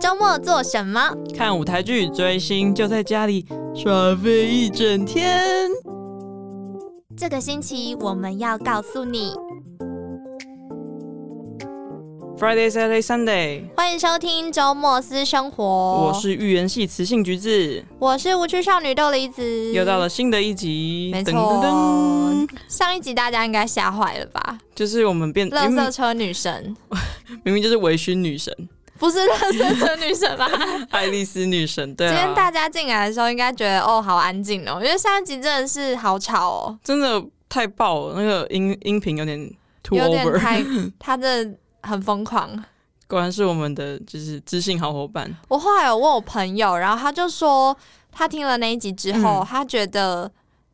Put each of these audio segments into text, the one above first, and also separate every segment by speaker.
Speaker 1: 周末做什么？
Speaker 2: 看舞台剧、追星，就在家里耍废一整天。
Speaker 1: 这个星期我们要告诉你。
Speaker 2: Friday, Saturday, Sunday，
Speaker 1: 欢迎收听周末私生活，
Speaker 2: 我是预言系雌性橘子，
Speaker 1: 我是无趣少女豆梨子，
Speaker 2: 又到了新的一集。
Speaker 1: 没错上一集大家应该吓坏了吧？
Speaker 2: 就是我们变
Speaker 1: 乐
Speaker 2: 明
Speaker 1: 色
Speaker 2: 明
Speaker 1: 车女神
Speaker 2: 明明就是微醺女神、
Speaker 1: 不是乐色车女神吧？
Speaker 2: 爱丽丝女神，对
Speaker 1: 今天
Speaker 2: 啊，
Speaker 1: 大家进来的时候应该觉得哦好安静哦，因为上一集真的是好吵哦，
Speaker 2: 真的太爆了，那个音音频有点 too
Speaker 1: 有点
Speaker 2: over，
Speaker 1: 太，他真的很疯狂。
Speaker 2: 果然是我们的就是知性好伙伴。
Speaker 1: 我后来有问我朋友，然后他就说，他听了那一集之后，
Speaker 2: 嗯
Speaker 1: 他觉得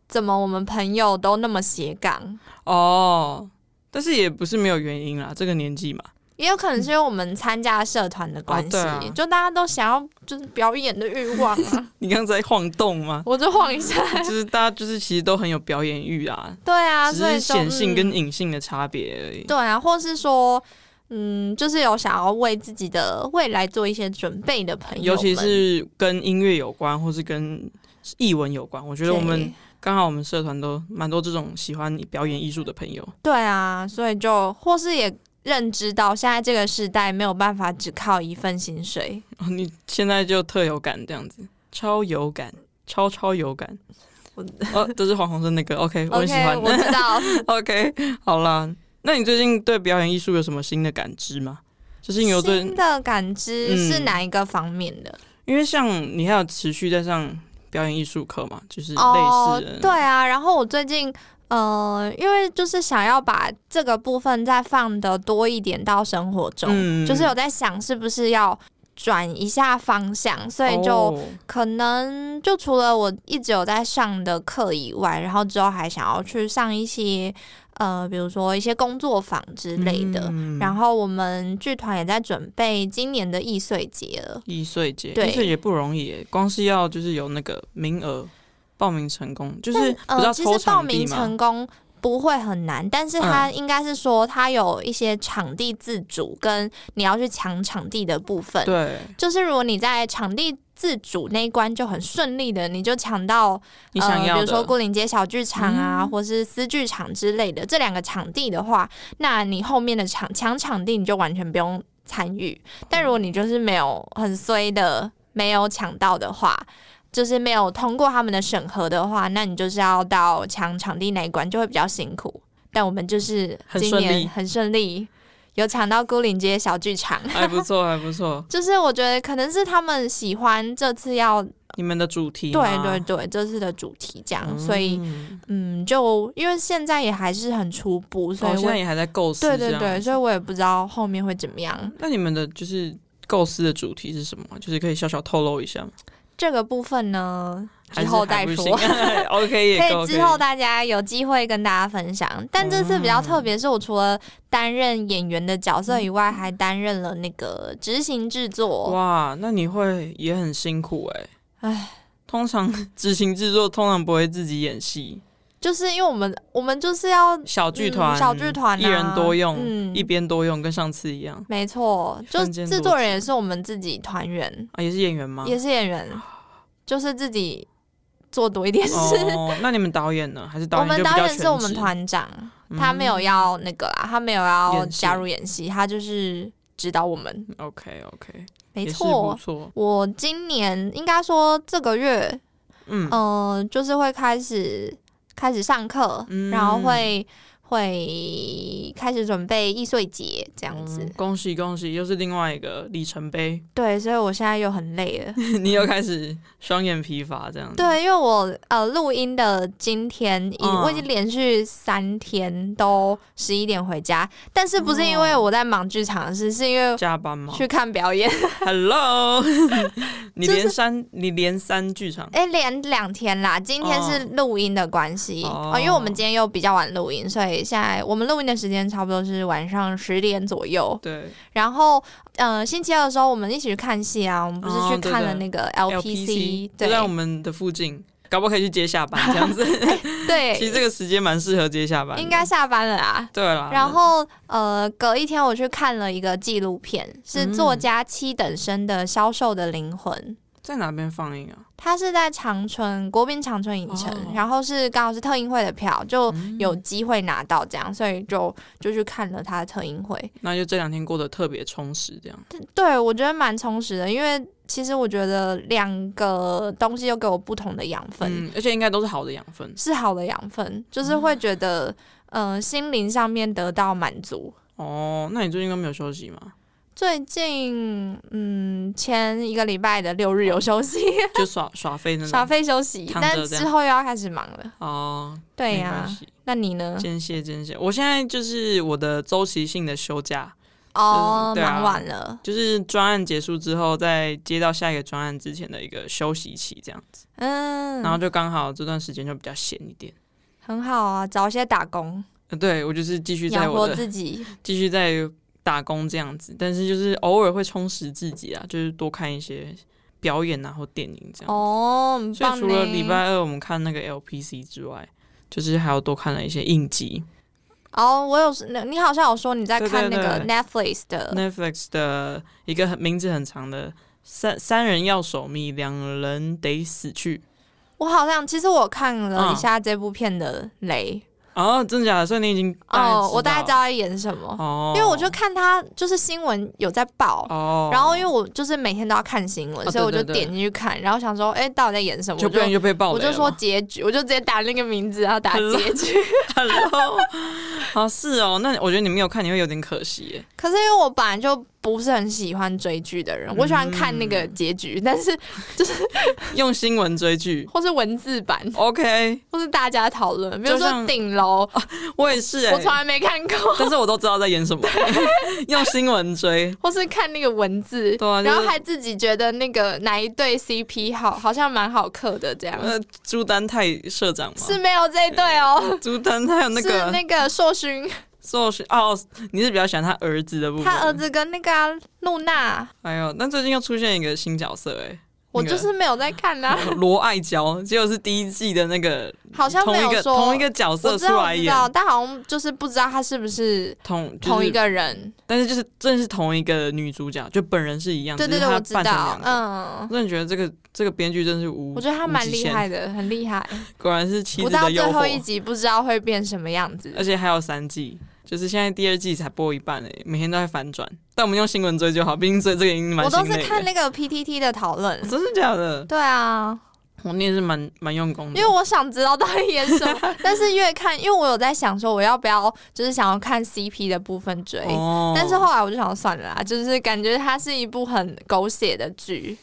Speaker 1: 怎么我们朋友都那么斜杠，
Speaker 2: 哦，但是也不是没有原因啦，这个年纪嘛，
Speaker 1: 也有可能是因为我们参加社团的关系，
Speaker 2: 嗯哦对啊
Speaker 1: 就大家都想要就是表演的欲望 啊，
Speaker 2: 你刚才晃动吗？
Speaker 1: 我就晃一 下。
Speaker 2: 就是大家就是其实都很有表演欲啊，
Speaker 1: 对啊，
Speaker 2: 只
Speaker 1: 所以
Speaker 2: 是
Speaker 1: 就
Speaker 2: 显性
Speaker 1: 嗯
Speaker 2: 跟隐性的差别而已。
Speaker 1: 对啊，或是说。嗯，就是有想要为自己的未来做一些准备的朋友
Speaker 2: 尤
Speaker 1: 们，
Speaker 2: 其是跟音乐有关，或是跟艺文有关，我觉得我们
Speaker 1: 对
Speaker 2: 刚好我们社团都蛮多这种喜欢表演艺术的朋友。
Speaker 1: 对啊，所以就或是也认知到现在这个时代没有办法只靠一份薪水，
Speaker 2: 哦你现在就特有感这样子，超有感，超超有感
Speaker 1: 我。
Speaker 2: 哦，这是黄宏生那个 OK，我很喜
Speaker 1: OK，
Speaker 2: 欢。
Speaker 1: 我知 道。
Speaker 2: OK，好啦，那你最近对表演艺术有什么新的感知吗？就是你有对
Speaker 1: 新的感知
Speaker 2: 嗯
Speaker 1: 是哪一个方面的？
Speaker 2: 因为像你还有持续在上表演艺术课嘛，就是类
Speaker 1: 哦
Speaker 2: 似的，
Speaker 1: 对啊。然后我最近，呃，因为就是想要把这个部分再放的多一点到生活中，
Speaker 2: 嗯
Speaker 1: 就是有在想是不是要转一下方向，所以就
Speaker 2: 哦
Speaker 1: 可能就除了我一直有在上的课以外，然后之后还想要去上一些呃，比如说一些工作坊之类的。
Speaker 2: 嗯
Speaker 1: 然后我们剧团也在准备今年的易碎节了，
Speaker 2: 易碎节，
Speaker 1: 对
Speaker 2: 易碎节不容易耶，光是要就是有那个名额报名成功，就是不
Speaker 1: 但
Speaker 2: 是要
Speaker 1: 呃，其
Speaker 2: 抽
Speaker 1: 实报
Speaker 2: 场地嗯
Speaker 1: 名
Speaker 2: 嘛
Speaker 1: 成，功不会很难，但是它应该是说它有一些场地自主跟你要去抢场地的部分。
Speaker 2: 对，
Speaker 1: 就是如果你在场地自主那一关就很顺利的，你就抢到
Speaker 2: 你想
Speaker 1: 呃、
Speaker 2: 要的，嗯
Speaker 1: 比如说 固林街小剧场啊，或是私剧场之类的这两个场地的话，那你后面的场抢场地你就完全不用参与。但如果你就是没有很衰的没有抢到的话，就是没有通过他们的审核的话，那你就是要到抢场地那一关就会比较辛苦。但我们就是
Speaker 2: 很
Speaker 1: 今
Speaker 2: 顺利
Speaker 1: 年很顺利，有抢到孤岭街小剧场。
Speaker 2: 还哎不错，还不错，
Speaker 1: 就是我觉得可能是他们喜欢这次要
Speaker 2: 你们的主题嘛，
Speaker 1: 对对对这次的主题这样，
Speaker 2: 嗯
Speaker 1: 所以嗯，就因为现在也还是很初步，所
Speaker 2: 哦
Speaker 1: 以
Speaker 2: 现
Speaker 1: 我
Speaker 2: 在也还在构思，
Speaker 1: 对对对，。所以我也不知道后面会怎么样。
Speaker 2: 那你们的就是构思的主题是什么啊？就是可以小小透露一下吗，
Speaker 1: 这个部分呢，
Speaker 2: 还
Speaker 1: 之
Speaker 2: 是
Speaker 1: 后
Speaker 2: 还
Speaker 1: 再
Speaker 2: 不
Speaker 1: 说。
Speaker 2: 行 OK，也
Speaker 1: 可
Speaker 2: 够
Speaker 1: 以之后大家有机会跟大家分享，但这次比较
Speaker 2: 嗯
Speaker 1: 特别，是我除了担任演员的角色以外，还担任了那个执行制作。
Speaker 2: 哇，那你会也很辛苦哎、
Speaker 1: 唉，
Speaker 2: 通常执行制作通常不会自己演戏，
Speaker 1: 就是因为我们我们就是要
Speaker 2: 小剧
Speaker 1: 嗯
Speaker 2: 团、
Speaker 1: 小剧团啊
Speaker 2: 一人多用，
Speaker 1: 嗯
Speaker 2: 一边多用，跟上次一样
Speaker 1: 没错，就
Speaker 2: 分间
Speaker 1: 制
Speaker 2: 多
Speaker 1: 作人也是我们自己团员，
Speaker 2: 啊，也是演员吗？
Speaker 1: 也是演 员，就是自己做多一点事。
Speaker 2: 哦，那你们导演呢？还是导
Speaker 1: 我
Speaker 2: 演就
Speaker 1: 们
Speaker 2: 比较
Speaker 1: 导演
Speaker 2: 全
Speaker 1: 是我们
Speaker 2: 职，
Speaker 1: 团长，
Speaker 2: 嗯
Speaker 1: 他没有要那个啦，他没有要
Speaker 2: 演戏
Speaker 1: 加入演戏，他就是指导我们。
Speaker 2: OK OK，
Speaker 1: 没
Speaker 2: 也是不
Speaker 1: 错，
Speaker 2: 错，
Speaker 1: 我今年应该说这个月，
Speaker 2: 嗯，
Speaker 1: 嗯、就是会开始开始上课，
Speaker 2: 嗯
Speaker 1: 然后会会开始准备易碎节这样子。
Speaker 2: 嗯恭喜恭喜，又是另外一个里程碑，
Speaker 1: 对，所以我现在又很累了。
Speaker 2: 你又开始双眼疲乏这样子，
Speaker 1: 对，因为我呃录音的今天，已
Speaker 2: 嗯
Speaker 1: 我已经连续三天都十一点回家，但是不是因
Speaker 2: 哦
Speaker 1: 为我在忙剧场的事，是因为
Speaker 2: 加班吗
Speaker 1: 去看表演。
Speaker 2: ？Hello，你
Speaker 1: 就是
Speaker 2: 连三，你连三剧场。
Speaker 1: 哎、连两天啦，今天是录音的关系
Speaker 2: 哦
Speaker 1: 哦、因为我们今天又比较晚录音，所以现在我们录音的时间差不多是晚上十点左右。
Speaker 2: 对
Speaker 1: 然后呃，星期二的时候我们一起去看戏啊，我们不是
Speaker 2: 哦
Speaker 1: 去
Speaker 2: 对
Speaker 1: 看
Speaker 2: 对
Speaker 1: 了那个 LPC，、
Speaker 2: 就在我们的附近，搞不好可以去接下班这样子。其 实
Speaker 1: 对，
Speaker 2: 这个时间蛮适合接下班的，
Speaker 1: 应该下班了啊。
Speaker 2: 对啦。
Speaker 1: 然后呃，隔一天我去看了一个纪录片，是
Speaker 2: 嗯
Speaker 1: 作家七等生的《消瘦的灵魂》。
Speaker 2: 在哪边放映啊？
Speaker 1: 它是在长春国宾长春影城，
Speaker 2: 哦嗯
Speaker 1: 然后是刚好是特映会的票，就有机会拿到这样，所以就就去看了他的特映会。
Speaker 2: 那就这两天过得特别充实，这样。
Speaker 1: 对我觉得蛮充实的，因为其实我觉得两个东西又给我不同的养分，
Speaker 2: 嗯，而且应该都是好的养分
Speaker 1: 是好的养分，就是会觉得嗯、呃心灵上面得到满足。
Speaker 2: 哦。那你最近都没有休息 吗？
Speaker 1: 最近，嗯，前一个礼拜的六日有休息，
Speaker 2: 就耍耍飞 那种。
Speaker 1: 耍费休息，
Speaker 2: 嗯躺着
Speaker 1: 但
Speaker 2: 这样
Speaker 1: 之后又要开始忙了。
Speaker 2: 哦，
Speaker 1: 对呀、
Speaker 2: 没关系
Speaker 1: 那你呢？
Speaker 2: 间歇间歇。我现在就是我的周期性的休假，
Speaker 1: 哦，
Speaker 2: 对啊
Speaker 1: 忙完了。
Speaker 2: 就是专案结束之后，在接到下一个专案之前的一个休息期，这样。
Speaker 1: 嗯，
Speaker 2: 然后就刚好这段时间就比较闲一点。
Speaker 1: 很好啊，找一些打工
Speaker 2: 呃对我就是继续在
Speaker 1: 养
Speaker 2: 我
Speaker 1: 活
Speaker 2: 的
Speaker 1: 自己。
Speaker 2: 继续在打工这样子，但是就是偶尔会充实自己啊，就是多看一些表演啊或电影这样。
Speaker 1: 哦，很
Speaker 2: 所
Speaker 1: 棒
Speaker 2: 以除
Speaker 1: 呢
Speaker 2: 了礼拜二我们看那个 LPC 之外，就是还有多看了一些应急
Speaker 1: 哦，我有那你好像有说你在
Speaker 2: 对
Speaker 1: 看那
Speaker 2: 对
Speaker 1: 个
Speaker 2: 对
Speaker 1: Netflix 的
Speaker 2: Netflix 的一个很名字很长的三三人要守密，两人得死去。
Speaker 1: 我好像其实我看了一下这部片的雷，
Speaker 2: 哦，真的假的？所以你已经
Speaker 1: 哦，我大概知道
Speaker 2: 嗯啊道
Speaker 1: 他在演什么，
Speaker 2: 哦，
Speaker 1: 因为我就看他就是新闻有在报。
Speaker 2: 哦，
Speaker 1: 然后，因为我就是每天都要看新闻，
Speaker 2: 哦
Speaker 1: 所以我就
Speaker 2: 对对对
Speaker 1: 点进去看，然后想说，哎、到底在演什么？
Speaker 2: 就
Speaker 1: 我
Speaker 2: 不然
Speaker 1: 就
Speaker 2: 就被爆
Speaker 1: 我
Speaker 2: 雷了
Speaker 1: 就
Speaker 2: 嘛。
Speaker 1: 说结局，我就直接打那个名字，然后打
Speaker 2: 很
Speaker 1: 结局。
Speaker 2: Hello，好 是哦，那我觉得你没有看，你会有点可惜耶。
Speaker 1: 可是因为我本来就不是很喜欢追剧的人，我喜欢看那个
Speaker 2: 嗯
Speaker 1: 结局，但是
Speaker 2: 用新闻追剧。
Speaker 1: 或是文字版，
Speaker 2: OK，
Speaker 1: 或是大家讨论，比如
Speaker 2: 就
Speaker 1: 说
Speaker 2: 像
Speaker 1: 顶楼，
Speaker 2: 我也是、欸，
Speaker 1: 我从来没看过，
Speaker 2: 但是我都知道在演什么， 用新闻追。
Speaker 1: 或是看那个文字，
Speaker 2: 对啊就
Speaker 1: 然
Speaker 2: 是
Speaker 1: 后还自己觉得那个哪一对 CP 好，好像蛮好嗑的这样，
Speaker 2: 呃，朱丹泰社长吗？
Speaker 1: 是没有这一对哦。
Speaker 2: 朱丹泰呃有那
Speaker 1: 是
Speaker 2: 个
Speaker 1: 那个硕 勋，
Speaker 2: 硕勋哦，你是比较喜欢他儿子的部分。
Speaker 1: 他儿，子跟那个啊露娜，
Speaker 2: 哎呦，那最近又出现一个新角色哎、
Speaker 1: 我就是没有在看 啦、
Speaker 2: 罗爱娇，结果是第一季的那个
Speaker 1: 好像
Speaker 2: 同
Speaker 1: 没
Speaker 2: 一
Speaker 1: 有
Speaker 2: 个
Speaker 1: 说
Speaker 2: 同一个角色
Speaker 1: 我知
Speaker 2: 出
Speaker 1: 道我
Speaker 2: 来
Speaker 1: 知
Speaker 2: 演，
Speaker 1: 道，但好像就是不知道他是不是
Speaker 2: 同、就是、
Speaker 1: 同一，个人。
Speaker 2: 但是就是真的是同一个女主角，就本人是一样，
Speaker 1: 对对
Speaker 2: 只
Speaker 1: 对，
Speaker 2: 是
Speaker 1: 我
Speaker 2: 她
Speaker 1: 知
Speaker 2: 扮成
Speaker 1: 道
Speaker 2: 两，个。
Speaker 1: 嗯
Speaker 2: 我。真的觉得这个这个编剧真是无，
Speaker 1: 我觉得他蛮
Speaker 2: 无极
Speaker 1: 厉
Speaker 2: 限
Speaker 1: 害，的，很厉害。
Speaker 2: 果然是妻
Speaker 1: 不
Speaker 2: 子
Speaker 1: 到
Speaker 2: 的诱
Speaker 1: 最
Speaker 2: 惑。
Speaker 1: 后一集不知道会变什么样子
Speaker 2: 而。且还有三季，就是现在第二季才播一半诶，每天都在反转。但我们用新闻追就好，毕竟追这个已经蛮
Speaker 1: 我
Speaker 2: 心
Speaker 1: 都
Speaker 2: 累
Speaker 1: 是
Speaker 2: 的。。
Speaker 1: 看那个 PTT 的讨论
Speaker 2: 真的假的？
Speaker 1: 对啊，
Speaker 2: 我念是蛮蛮用功的，
Speaker 1: 因为我想知道到底演什 么，但是越看，因为我有在想说我要不要，就是想要看 CP 的部分追。
Speaker 2: 哦
Speaker 1: 但是后来我就想算了啦，就是感觉它是一部很狗血的剧。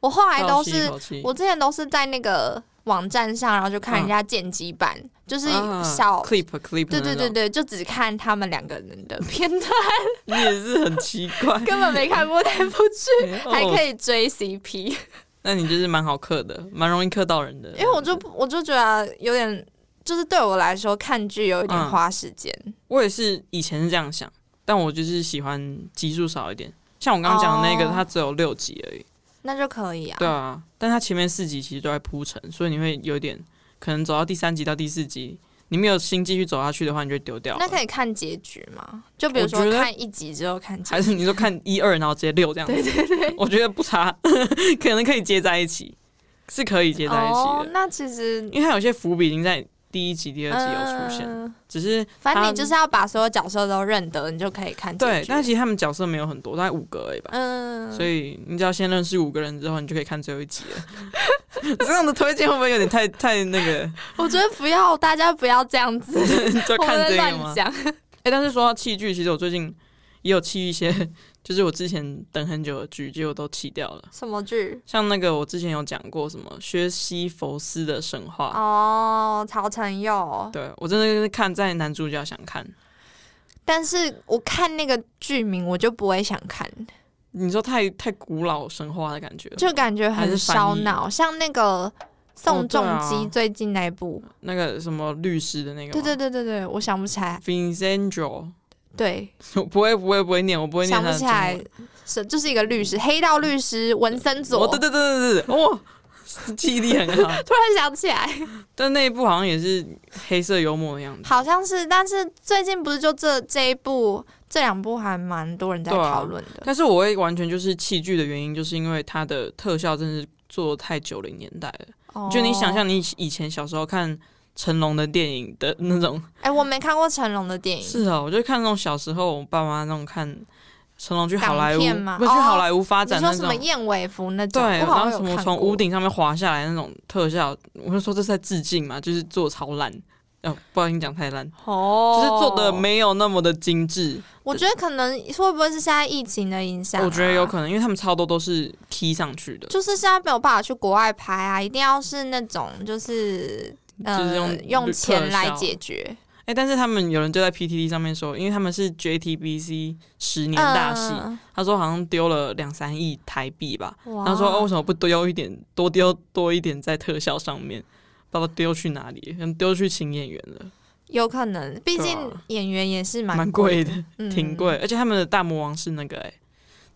Speaker 1: 我后来都是
Speaker 2: 倒吸一口气嗯
Speaker 1: 我之前都是在那个网站上，然后就看人家剪辑版，就是
Speaker 2: 啊
Speaker 1: 小、
Speaker 2: clip clip，
Speaker 1: 对对对
Speaker 2: 那种，
Speaker 1: 对，就只看他们两个人的片段， ，
Speaker 2: 你也是很奇怪
Speaker 1: 根本没看过那部剧。还可
Speaker 2: 以。
Speaker 1: 以追 CP，
Speaker 2: 那你就是蛮好刻的，蛮容易刻到人的。
Speaker 1: 因为我就我就觉得有点，就是对我来说看剧有一点
Speaker 2: 嗯
Speaker 1: 花时间。
Speaker 2: 我也是以前是这样想，但我就是喜欢集数少一点。像我刚刚讲的那个
Speaker 1: 哦
Speaker 2: 它只有六集而已。
Speaker 1: 那就可以啊。
Speaker 2: 对啊，但它前面四集其实都在铺陈，所以你会有点可能走到第三集到第四集，你没有心继续走下去的话，你就会丢掉了。
Speaker 1: 那可以看结局吗？就比如说
Speaker 2: 我觉得
Speaker 1: 看一集之后看结
Speaker 2: 还
Speaker 1: 局，
Speaker 2: 是你就看一二，然后直接六这样子。对对对，我觉得不差， 可能可以接在一起，是可以接在一起的，
Speaker 1: 哦，那其实
Speaker 2: 因为它有些伏笔已经在第一集、第二集有出现，
Speaker 1: 嗯
Speaker 2: 只是
Speaker 1: 反正
Speaker 2: 它
Speaker 1: 你就是要把所有角色都认得，你就可以看结
Speaker 2: 对
Speaker 1: 局。，
Speaker 2: 但其实他们角色没有很多，大概五个而已吧。
Speaker 1: 嗯，
Speaker 2: 所以你只要先认识五个人之后，你就可以看最后一集了。 这样的推荐会不会有点太太那个？
Speaker 1: 我觉得不要，大家不要这样子，
Speaker 2: 就
Speaker 1: 我们
Speaker 2: 看
Speaker 1: 在
Speaker 2: 这个吗
Speaker 1: 乱？讲。
Speaker 2: 哎、但是说到弃剧，其实我最近也有弃一些，就是我之前等很久的剧，结果都弃掉了。
Speaker 1: 什么剧？
Speaker 2: 像那个我之前有讲过什么薛西弗斯的神话，
Speaker 1: 哦，曹承佑。
Speaker 2: 对我真的是看在男主角想看。
Speaker 1: 但是我看那个剧名，我就不会想看。
Speaker 2: 你说太太古老神话的感觉了，
Speaker 1: 就感觉
Speaker 2: 还
Speaker 1: 很
Speaker 2: 是翻译
Speaker 1: 烧脑，像那个宋仲基
Speaker 2: 哦对啊啊
Speaker 1: 最近那一部，
Speaker 2: 那个什么律师的那个
Speaker 1: 对
Speaker 2: 吗，
Speaker 1: 对对对对，我想不起来，
Speaker 2: Vincenzo，
Speaker 1: 对，
Speaker 2: 我不会不会不会念，我不会念
Speaker 1: 想
Speaker 2: 他
Speaker 1: 不
Speaker 2: 的
Speaker 1: 起
Speaker 2: 中文。嗯
Speaker 1: 来，是就是一个律师，黑道律师文森佐，
Speaker 2: 哦，对对对对对，哇、 记忆力很好。
Speaker 1: 突然想起来，
Speaker 2: 但那一部好像也是黑色幽默的样子。
Speaker 1: 好像是，但是最近不是就这这一部、这两部还蛮多人在
Speaker 2: 对啊
Speaker 1: 讨论的。
Speaker 2: 但是我会完全就是弃剧的原因，就是因为它的特效真是做得太九零年代了。
Speaker 1: 哦
Speaker 2: 啊就你想，象你以前小时候看成龙的电影的那种，
Speaker 1: 哎、我没看过成龙的电影，
Speaker 2: 是啊，我就看那种小时候我爸妈那种看成龙去好莱
Speaker 1: 港
Speaker 2: 坞，
Speaker 1: 片吗哦
Speaker 2: 不是去好莱坞发
Speaker 1: 你
Speaker 2: 展
Speaker 1: 说
Speaker 2: 那
Speaker 1: 什
Speaker 2: 种
Speaker 1: 么，燕尾服那种，
Speaker 2: 对，
Speaker 1: 我
Speaker 2: 然
Speaker 1: 好
Speaker 2: 后
Speaker 1: 像
Speaker 2: 什
Speaker 1: 有
Speaker 2: 么
Speaker 1: 看
Speaker 2: 从
Speaker 1: 过
Speaker 2: 屋顶上面滑下来那种特效，我就说这是在致敬嘛，就是做超烂，哦，不好意思讲太烂，
Speaker 1: 哦，
Speaker 2: 就是做的。没有那么的精致。
Speaker 1: 我觉得可能会不会是现在疫情的影响、啊
Speaker 2: 我觉得有可能，因为他们超多都是 key 上去的，
Speaker 1: 就是现在没有办法去国外拍啊，一定要是那种就是呃
Speaker 2: 就是用
Speaker 1: 用钱来
Speaker 2: 特效
Speaker 1: 解决。
Speaker 2: 哎、但是他们有人就在 PTT 上面说，因为他们是 JTBC 十年大戏，
Speaker 1: 嗯
Speaker 2: 他说好像丢了两三亿台币吧。
Speaker 1: 哇
Speaker 2: 他说哦，为什么不丢一点，多丢多一点在特效上面？不知道丢去哪里，可能丢去请演员了，
Speaker 1: 有可能，毕
Speaker 2: 对
Speaker 1: 竟
Speaker 2: 啊
Speaker 1: 演员也是
Speaker 2: 蛮
Speaker 1: 贵
Speaker 2: 贵的，
Speaker 1: 嗯
Speaker 2: 挺贵。而且他们的大魔王是那个、欸，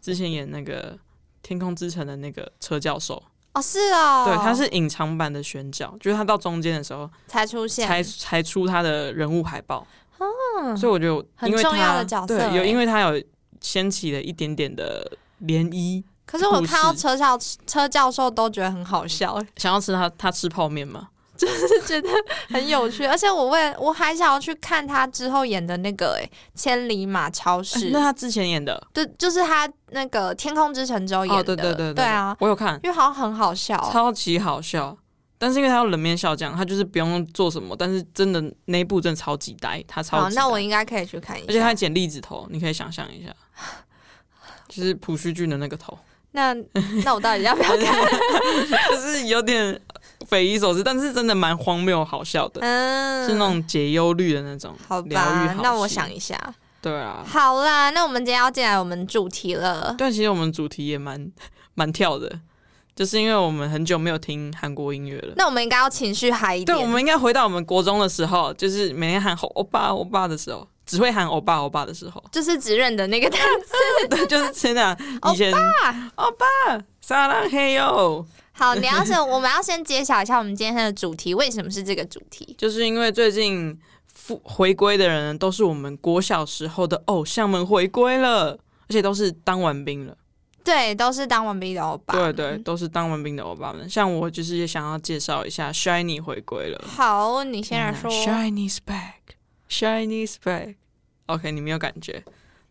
Speaker 2: 之前演那个《天空之城》的那个车教授，
Speaker 1: 哦，是哦，
Speaker 2: 对，他是隐藏版的选角，就是他到中间的时候
Speaker 1: 才出现，
Speaker 2: 才才出他的人物海报。
Speaker 1: 嗯
Speaker 2: 所以我觉得我
Speaker 1: 很
Speaker 2: 因为他
Speaker 1: 重要的角色
Speaker 2: 对，有
Speaker 1: 欸
Speaker 2: 因为他有掀起了一点点的涟漪。
Speaker 1: 可是我
Speaker 2: 故
Speaker 1: 看到
Speaker 2: 事
Speaker 1: 车教车教授都觉得很好笑，
Speaker 2: 想要吃他他吃泡面嘛？
Speaker 1: 就觉得很有趣，而且我为我还想要去看他之后演的那个、欸《千里马超 市》
Speaker 2: 哎那他之前演的
Speaker 1: 对，就是他那个《天空之城》之后演的，
Speaker 2: 哦，对对对
Speaker 1: 啊，，
Speaker 2: 我有看，
Speaker 1: 因为好像很好笑，啊
Speaker 2: 超级好笑。但是因为他要冷面笑匠，他就是不用做什么，但是真的那一部真的超级呆，他超
Speaker 1: 好，
Speaker 2: 级呆
Speaker 1: 那我应该可以去看一
Speaker 2: 而且
Speaker 1: 下。
Speaker 2: 他还剪栗子头，你可以想象一下，就是朴叙俊的那个头，
Speaker 1: 那那我到底要不要看？
Speaker 2: 就是有点匪夷所思，但是真的蛮荒谬好笑的，
Speaker 1: 嗯，
Speaker 2: 是那种解忧虑的那种
Speaker 1: 好
Speaker 2: 疗愈
Speaker 1: 吧，
Speaker 2: 好
Speaker 1: 那我
Speaker 2: 戏
Speaker 1: 想一下。
Speaker 2: 对啊，
Speaker 1: 好啦，那我们今天要进来我们主题了。
Speaker 2: 但其实我们主题也蛮蛮跳的， 就是因为我们很久没有听韩国音乐了。
Speaker 1: 那我们应该要情绪嗨一
Speaker 2: 对，
Speaker 1: 点。，
Speaker 2: 我们应该回到我们国中的时候，就是每天喊吼欧巴欧巴的时候，只会喊欧巴欧巴的时候
Speaker 1: 就是只认得那个他。
Speaker 2: 对，就是真 的以前欧巴撒浪嘿哟，
Speaker 1: 好，你 要是我们要先揭晓一下我们今天的主题，为什么是这个主题？
Speaker 2: 就是因为最近复回归的人都是我们国小时候的偶像们回归了，而且都是当完兵了，
Speaker 1: 对，都是当完兵的欧巴。
Speaker 2: 对对，。都是当完兵的欧巴们。像我就是也想要介绍一下 Shiny 回归了。
Speaker 1: 好，你先
Speaker 2: 嗯
Speaker 1: 来啊说。
Speaker 2: Shiny's back, Shiny's back。OK，你没有感觉？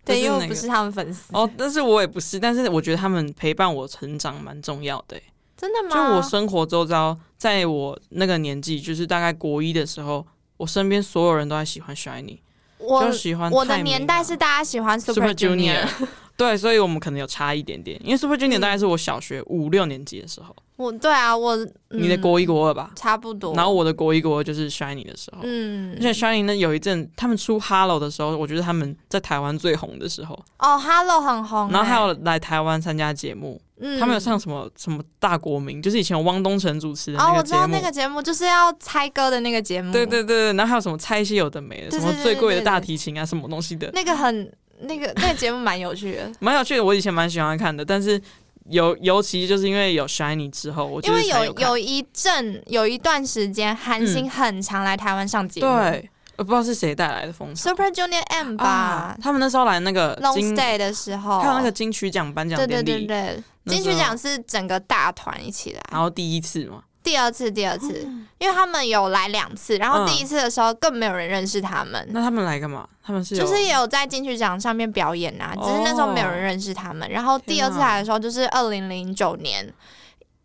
Speaker 1: 对，因为
Speaker 2: 那
Speaker 1: 我
Speaker 2: 个
Speaker 1: 不是他们粉丝。
Speaker 2: 哦，但是我也不是，但是我觉得他们陪伴我成长蛮重要的欸。
Speaker 1: 真的
Speaker 2: 就
Speaker 1: 吗？
Speaker 2: 我生活周遭，在我那个年纪，就是大概国一的时候，我身边所有人都在喜欢 Shiny，
Speaker 1: 我
Speaker 2: 就喜欢
Speaker 1: 我的
Speaker 2: 泰民
Speaker 1: 年
Speaker 2: 啊
Speaker 1: 代是大家喜欢
Speaker 2: Super
Speaker 1: Super Junior， 嗯
Speaker 2: 对，所以我们可能有差一点点，因为 Super Junior 大概是我小学五六年级的时候，
Speaker 1: 我对啊，我、嗯
Speaker 2: 你的国一国二吧，
Speaker 1: 差不多。
Speaker 2: 然后我的国一国二就是 Shiny 的时候。
Speaker 1: 嗯
Speaker 2: 而，且 Shiny 呢，有一阵他们出 Hello 的时候，我觉得他们在台湾最红的时候。
Speaker 1: 哦，Hello 很红欸、
Speaker 2: 然后还有来台湾参加节目，
Speaker 1: 嗯
Speaker 2: 他们有上什么什么大国民，就是以前汪东城主持的
Speaker 1: 哦，
Speaker 2: 那
Speaker 1: 我
Speaker 2: 个
Speaker 1: 知
Speaker 2: 节
Speaker 1: 道
Speaker 2: 目。
Speaker 1: 那个节目就是要猜歌的那个节目，
Speaker 2: 对对对对，然后还有什么猜一些有的没的，
Speaker 1: 对
Speaker 2: 什
Speaker 1: 对
Speaker 2: 么
Speaker 1: 对
Speaker 2: 最
Speaker 1: 对
Speaker 2: 贵的
Speaker 1: 对
Speaker 2: 大
Speaker 1: 对
Speaker 2: 提琴啊，什么东西的，
Speaker 1: 那个很那个那个节目蛮有趣的，
Speaker 2: 蛮有趣的。我以前蛮喜欢看的，但是尤尤其就是因为有 Shiny 之后，我就
Speaker 1: 因
Speaker 2: 是
Speaker 1: 为
Speaker 2: 才
Speaker 1: 有
Speaker 2: 看嗯
Speaker 1: 有一阵有一段时间，韩星很常来台湾上节目、
Speaker 2: 对，我不知道是谁带来的风潮
Speaker 1: Super Junior M 吧、
Speaker 2: 啊，他们那时候来那个
Speaker 1: Long
Speaker 2: 金，
Speaker 1: Stay 的时候，
Speaker 2: 还有那个金曲奖颁奖
Speaker 1: 对
Speaker 2: 典
Speaker 1: 哦对
Speaker 2: 礼，
Speaker 1: 对对，
Speaker 2: 那时
Speaker 1: 金
Speaker 2: 候
Speaker 1: 曲奖是整个大团一起来，
Speaker 2: 然后第一次嘛，
Speaker 1: 第二次第二次，
Speaker 2: 哦
Speaker 1: 因为他们有来两次，然后
Speaker 2: 嗯
Speaker 1: 第一次的时候更没有人认识他们。
Speaker 2: 那他们来干嘛？他们是
Speaker 1: 嗯
Speaker 2: 有哦
Speaker 1: 就是也有在金曲奖上面表演啊，只是那时候没有人认识他们。然后第二次
Speaker 2: 天啊
Speaker 1: 来的时候就是二零零九年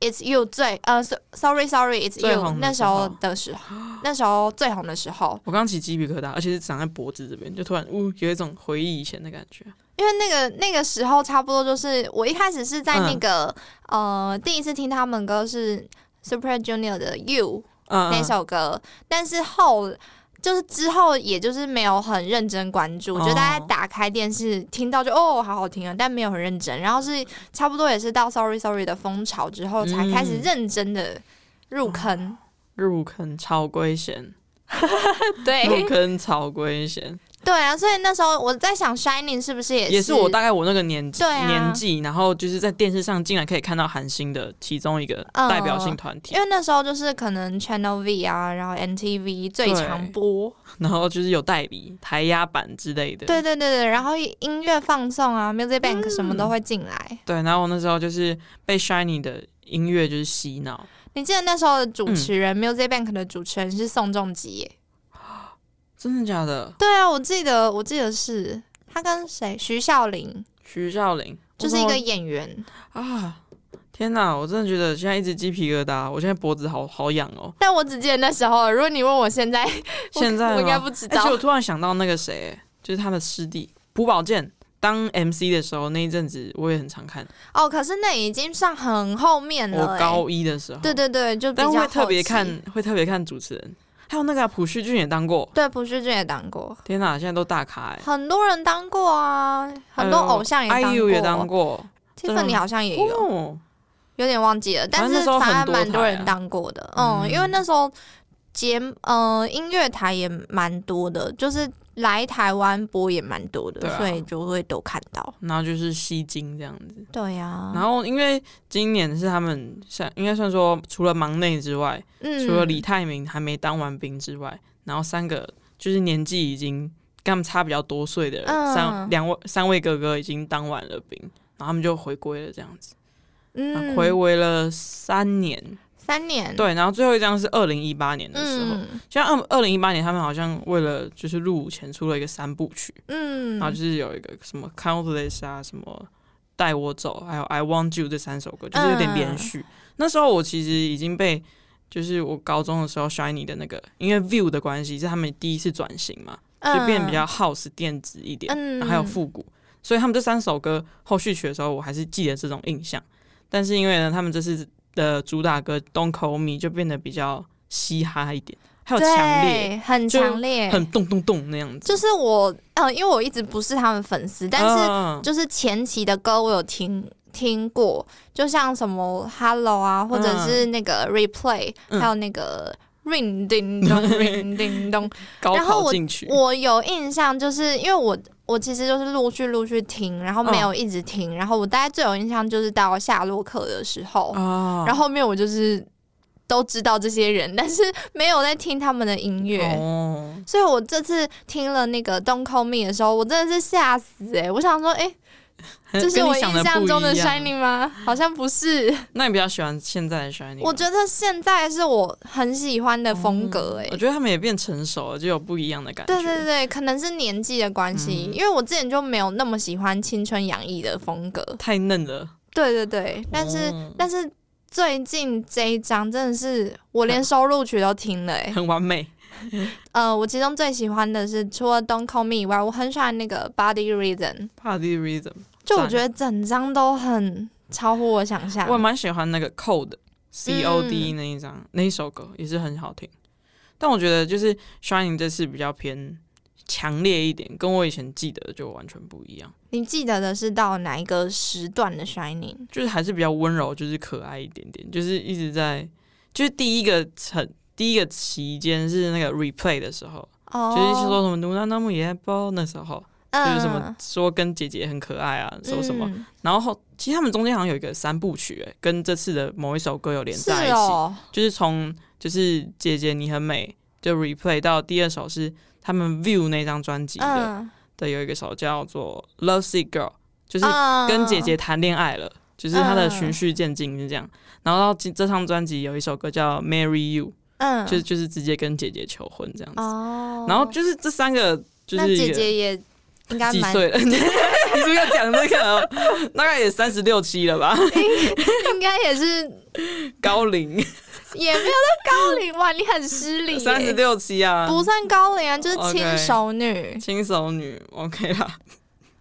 Speaker 1: ，It's You 最呃，so-，Sorry Sorry，It's
Speaker 2: 最
Speaker 1: You
Speaker 2: 红的
Speaker 1: 那时候的时 候，那时候最红的时候，
Speaker 2: 我刚起鸡皮疙瘩，而且是长在脖子这边，就突然呜，有一种回忆以前的感觉。
Speaker 1: 因为那个那个时候差不多就是我一开始是在
Speaker 2: 嗯
Speaker 1: 那个、呃第一次听他们歌是 Super Junior 的 You
Speaker 2: 嗯，
Speaker 1: 那
Speaker 2: 嗯
Speaker 1: 首歌，但是后。就是之后，也就是没有很认真关注，
Speaker 2: 哦
Speaker 1: 就大家打开电视听到就哦，好好听啊，但没有很认真。然后是差不多也是到 Sorry Sorry 的风潮之后，
Speaker 2: 嗯
Speaker 1: 才开始认真的入 坑。
Speaker 2: 入坑超龟贤，
Speaker 1: 对哎
Speaker 2: 入，坑超龟贤，
Speaker 1: 嗯对啊，所以那时候我在想，Shining 是不 是也是
Speaker 2: 也是我大概我那个年纪、
Speaker 1: 对啊
Speaker 2: 年纪，然后就是在电视上竟然可以看到韩星的其中一个
Speaker 1: 嗯
Speaker 2: 代表性团体，
Speaker 1: 因为那时候就是可能 Channel V 啊，然后 NTV 最常播，
Speaker 2: 然后就是有代理台压版之类的。
Speaker 1: 对对对对，然后音乐放送啊，Music Bank 什么都会进来。
Speaker 2: 对，然后我那时候就是被 Shiny 的音乐就是洗脑，
Speaker 1: 你记得那时候的主
Speaker 2: 嗯
Speaker 1: 持人、Music Bank 的主持人是宋仲基耶？
Speaker 2: 真的假的？
Speaker 1: 对啊，我记得，我记得是他跟谁？徐孝林，
Speaker 2: 徐孝林
Speaker 1: 就是一个
Speaker 2: 我怎
Speaker 1: 演员。
Speaker 2: 么啊！天哪，我真的觉得现在一直鸡皮疙瘩，我现在脖子好好痒哦。
Speaker 1: 但我只记得那时候，如果你问我现在， 我
Speaker 2: 现在
Speaker 1: 我应该
Speaker 2: 吗哎
Speaker 1: 不知
Speaker 2: 而
Speaker 1: 道
Speaker 2: 且我。突然想到那个谁，就是他的师弟朴宝剑当 MC 的时候，那一阵子我也很常看，
Speaker 1: 哦，可是那已经算很后面了、
Speaker 2: 我
Speaker 1: 欸。
Speaker 2: 高一的时候，
Speaker 1: 对对对，就比
Speaker 2: 但
Speaker 1: 较
Speaker 2: 会特别
Speaker 1: 后期
Speaker 2: 看，会特别看主持人，还有那个啊朴叙俊也当过。
Speaker 1: 对，朴叙俊也当过，
Speaker 2: 天哪，现在都大咖哎、
Speaker 1: 很多人当过啊，很多偶像也当过。哎
Speaker 2: ，IU 也当过，
Speaker 1: Tiffany 好像也有，
Speaker 2: 哦，
Speaker 1: 有点忘记了，但
Speaker 2: 反正那
Speaker 1: 是
Speaker 2: 时候
Speaker 1: 反
Speaker 2: 很
Speaker 1: 正
Speaker 2: 多
Speaker 1: 蛮多
Speaker 2: 台
Speaker 1: 人
Speaker 2: 啊
Speaker 1: 当过的。嗯，因为那时候节呃音乐台也蛮多的，就是来台湾播也蛮多的，
Speaker 2: 对啊
Speaker 1: 所以就会都看到。
Speaker 2: 然后就是吸金这样子。
Speaker 1: 对呀、
Speaker 2: 然后因为今年是他们像应该算说除了忙内之外，
Speaker 1: 嗯，
Speaker 2: 除了李泰明还没当完兵之外，然后三个就是年纪已经跟他们差比较多岁的人
Speaker 1: 嗯
Speaker 2: 三两位三位哥哥已经当完了兵，然后他们就回归了这样子，呃
Speaker 1: 嗯
Speaker 2: 回违了三年。
Speaker 1: 三年，
Speaker 2: 对，然后最后一张是二零一八年的时候，
Speaker 1: 嗯
Speaker 2: 像二二零一八年他们好像为了就是入伍前出了一个三部曲，然
Speaker 1: 嗯，
Speaker 2: 后就是有一个什么 Countless 啊，什么带我走，还有 I Want You 这三首歌，就是有点
Speaker 1: 嗯
Speaker 2: 连续。那时候我其实已经被，就是我高中的时候 Shiny 的那个，因为 View 的关系是他们第一次转型嘛，就变得比较 House 电子一点，
Speaker 1: 嗯
Speaker 2: 然后还有复古，所以他们这三首歌后续曲的时候，我还是记得这种印象。但是因为呢，他们这次的主打歌《Don't Call Me》就变得比较嘻哈一点，还有
Speaker 1: 对，
Speaker 2: 强烈，
Speaker 1: 很
Speaker 2: 就
Speaker 1: 强烈，
Speaker 2: 很咚咚咚那样子。
Speaker 1: 就是我，呃，因为我一直不是他们粉丝，但是
Speaker 2: 嗯
Speaker 1: 就是前期的歌我有听听过，就像什么 Hello 啊，或者是那个 Replay，、
Speaker 2: 嗯
Speaker 1: 还有那个 Ring 叮 咚 Ring 叮咚，
Speaker 2: 高
Speaker 1: 然后
Speaker 2: 考进去，
Speaker 1: 我有印象，就是因为我我其实就是陆续陆续听，然后没
Speaker 2: 嗯
Speaker 1: 有一直听，然后我大概最有印象就是到夏洛克的时候，
Speaker 2: 啊
Speaker 1: 哦然后后面我就是都知道这些人，但是 没有在听他们的音乐。
Speaker 2: 哦，
Speaker 1: 所以我这次听了那个《Don't Call Me》的时候，我真的是吓死哎、欸！我想说，哎、这是
Speaker 2: 嗯跟你
Speaker 1: 我
Speaker 2: 想的
Speaker 1: 印象中的
Speaker 2: 不一样
Speaker 1: Shining 吗？好像不是。
Speaker 2: 那你比较喜欢现在的 Shining？吗
Speaker 1: 我觉得现在是我很喜欢的风格哎、
Speaker 2: 哦我觉得他们也变成熟了，就有不一样的感觉。
Speaker 1: 对对对，可能是年纪的关系，
Speaker 2: 嗯
Speaker 1: 因为我之前就没有那么喜欢青春洋溢的风格。
Speaker 2: 太嫩了。
Speaker 1: 对对对，但是、
Speaker 2: 哦
Speaker 1: 但是最近这一张真的是我连收录曲都听了哎、
Speaker 2: 很完美
Speaker 1: 呃，我其中最喜欢的是除了《Don't Call Me》以外，我很喜欢那个《Body Reason》。
Speaker 2: ，Party Rhythm，
Speaker 1: 就我
Speaker 2: 赞
Speaker 1: 觉得整张都很超乎我想象
Speaker 2: 我。也蛮喜欢那个 Code C O
Speaker 1: 嗯
Speaker 2: D 那一张、那一首歌也是很好听。但我觉得就是 Shining 这次比较偏强烈一点，跟我以前记得的就完全不一样，
Speaker 1: 你记得的是到哪一个时段的 Shining？
Speaker 2: 就是还是比较温柔，就是可爱一点点，就是一直在，就是第一个层第一个期间是那个 Replay 的时候，
Speaker 1: 哦
Speaker 2: 就是说什么努娜那木也包那时候，就是什么
Speaker 1: 嗯
Speaker 2: 说跟姐姐很可爱啊，什么什么。
Speaker 1: 嗯
Speaker 2: 然后其实他们中间好像有一个三部曲、欸，跟这次的某一首歌有连
Speaker 1: 是
Speaker 2: 在一起，
Speaker 1: 哦，
Speaker 2: 就是从就是姐姐你很美就 replay 到第二首是他们 View 那张专辑的、
Speaker 1: 嗯，
Speaker 2: 的有一个首叫做 Love Sick Girl，就是
Speaker 1: 嗯
Speaker 2: 跟姐姐谈恋爱了。就是它的
Speaker 1: 嗯
Speaker 2: 循序渐进是这样，然后到这这张专辑有一首歌叫《Marry You》，
Speaker 1: 嗯，
Speaker 2: 就是就是直接跟姐姐求婚这样子。
Speaker 1: 哦，
Speaker 2: 然后就是这三个，就
Speaker 1: 那
Speaker 2: 是
Speaker 1: 姐
Speaker 2: 也
Speaker 1: 姐也应该
Speaker 2: 几
Speaker 1: 蛮
Speaker 2: 岁了？ 你是不是要讲这个？哦大概也三十六七了吧，
Speaker 1: 应该也是
Speaker 2: 高龄
Speaker 1: 也没有到高龄哇，你很失礼耶，
Speaker 2: 三十六七啊，
Speaker 1: 不算高龄啊，就是亲
Speaker 2: OK
Speaker 1: 熟女。
Speaker 2: 轻熟女 OK 啦。